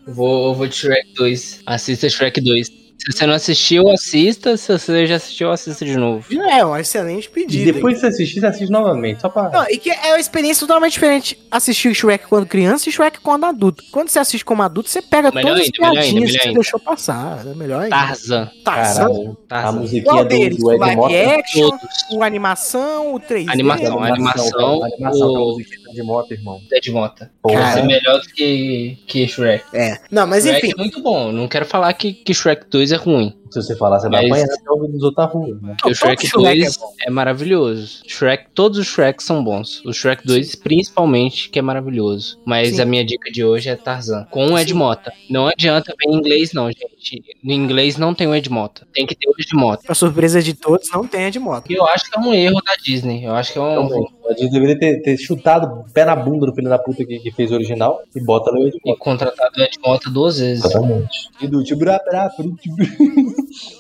Vou, vou de Shrek 2. Assista Shrek 2. Se você não assistiu, assista. Se você já assistiu, assista de novo. É uma excelente E pedida. depois que você assistir, você assiste novamente. Só pra. Não, e que é uma experiência totalmente diferente assistir Shrek quando criança e Shrek quando adulto. Quando você assiste como adulto, você pega Melhor todas as ainda, melhor piadinhas ainda, que melhor você ainda. deixou passar. É melhor ainda. Tarzan. Tarzan. Caralho. A Tarzan. musiquinha Qual do, tá, deles? do O Ed Mota. live action, Todos. o animação, o 3D? Animação, animação, Animação com a o- musiquinha do Ed Mota, irmão. Ted Mota. Cara. Vai ser Porra. melhor do que, que Shrek. É. Não, mas Shrek enfim. é muito bom. Não quero falar que, que Shrek 2 é ruim. Se você falar, você vai Mas- apanhar até ouvir nos outros tá né? ruas. Porque o todo Shrek 2 é, maravilhoso. Shrek, todos os Shreks são bons. O Shrek 2, principalmente, que é maravilhoso. Mas Sim. a minha dica de hoje é Tarzan. Com o Ed Mota. Não adianta ver em inglês, não, gente. No inglês não tem o Ed Mota. Tem que ter o Ed Mota. Pra surpresa de todos, não tem a de moto. Eu acho que é um erro da Disney. Eu acho que é um. Então, a gente deveria ter, ter chutado o pé na bunda do filho da puta que, que fez o original e bota no Ed E Mota. contratado o Ed Mota duas vezes. Exatamente. E do tipo, tiburapirá, <laughs>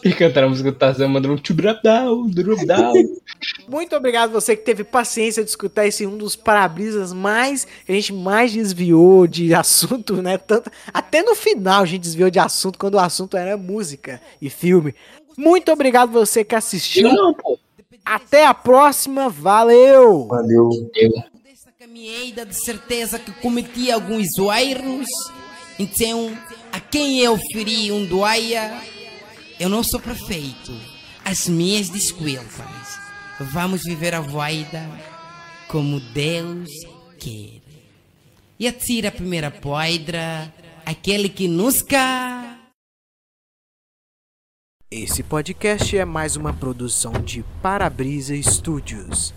E cantaram a música do Tarzan, mandando um tchubrabdau, drubdau. Muito obrigado você que teve paciência de escutar esse um dos parabrisas mais que a gente mais desviou de assunto, né? Tanto, até no final a gente desviou de assunto quando o assunto era música e filme. Muito obrigado você que assistiu. não, pô. Até a próxima. Valeu. Valeu. Desta caminhada de certeza que cometi alguns erros, então a quem eu feri um doaia, eu não sou perfeito. As minhas desculpas. Vamos viver a vida como Deus quer. E atira a primeira pedra, aquele que nos cai. Esse podcast é mais uma produção de Parabrisa Studios.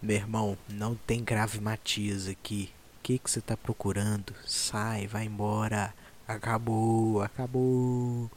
Meu irmão, não tem grave matiz aqui. O que que você tá procurando? Sai, vai embora. Acabou, acabou.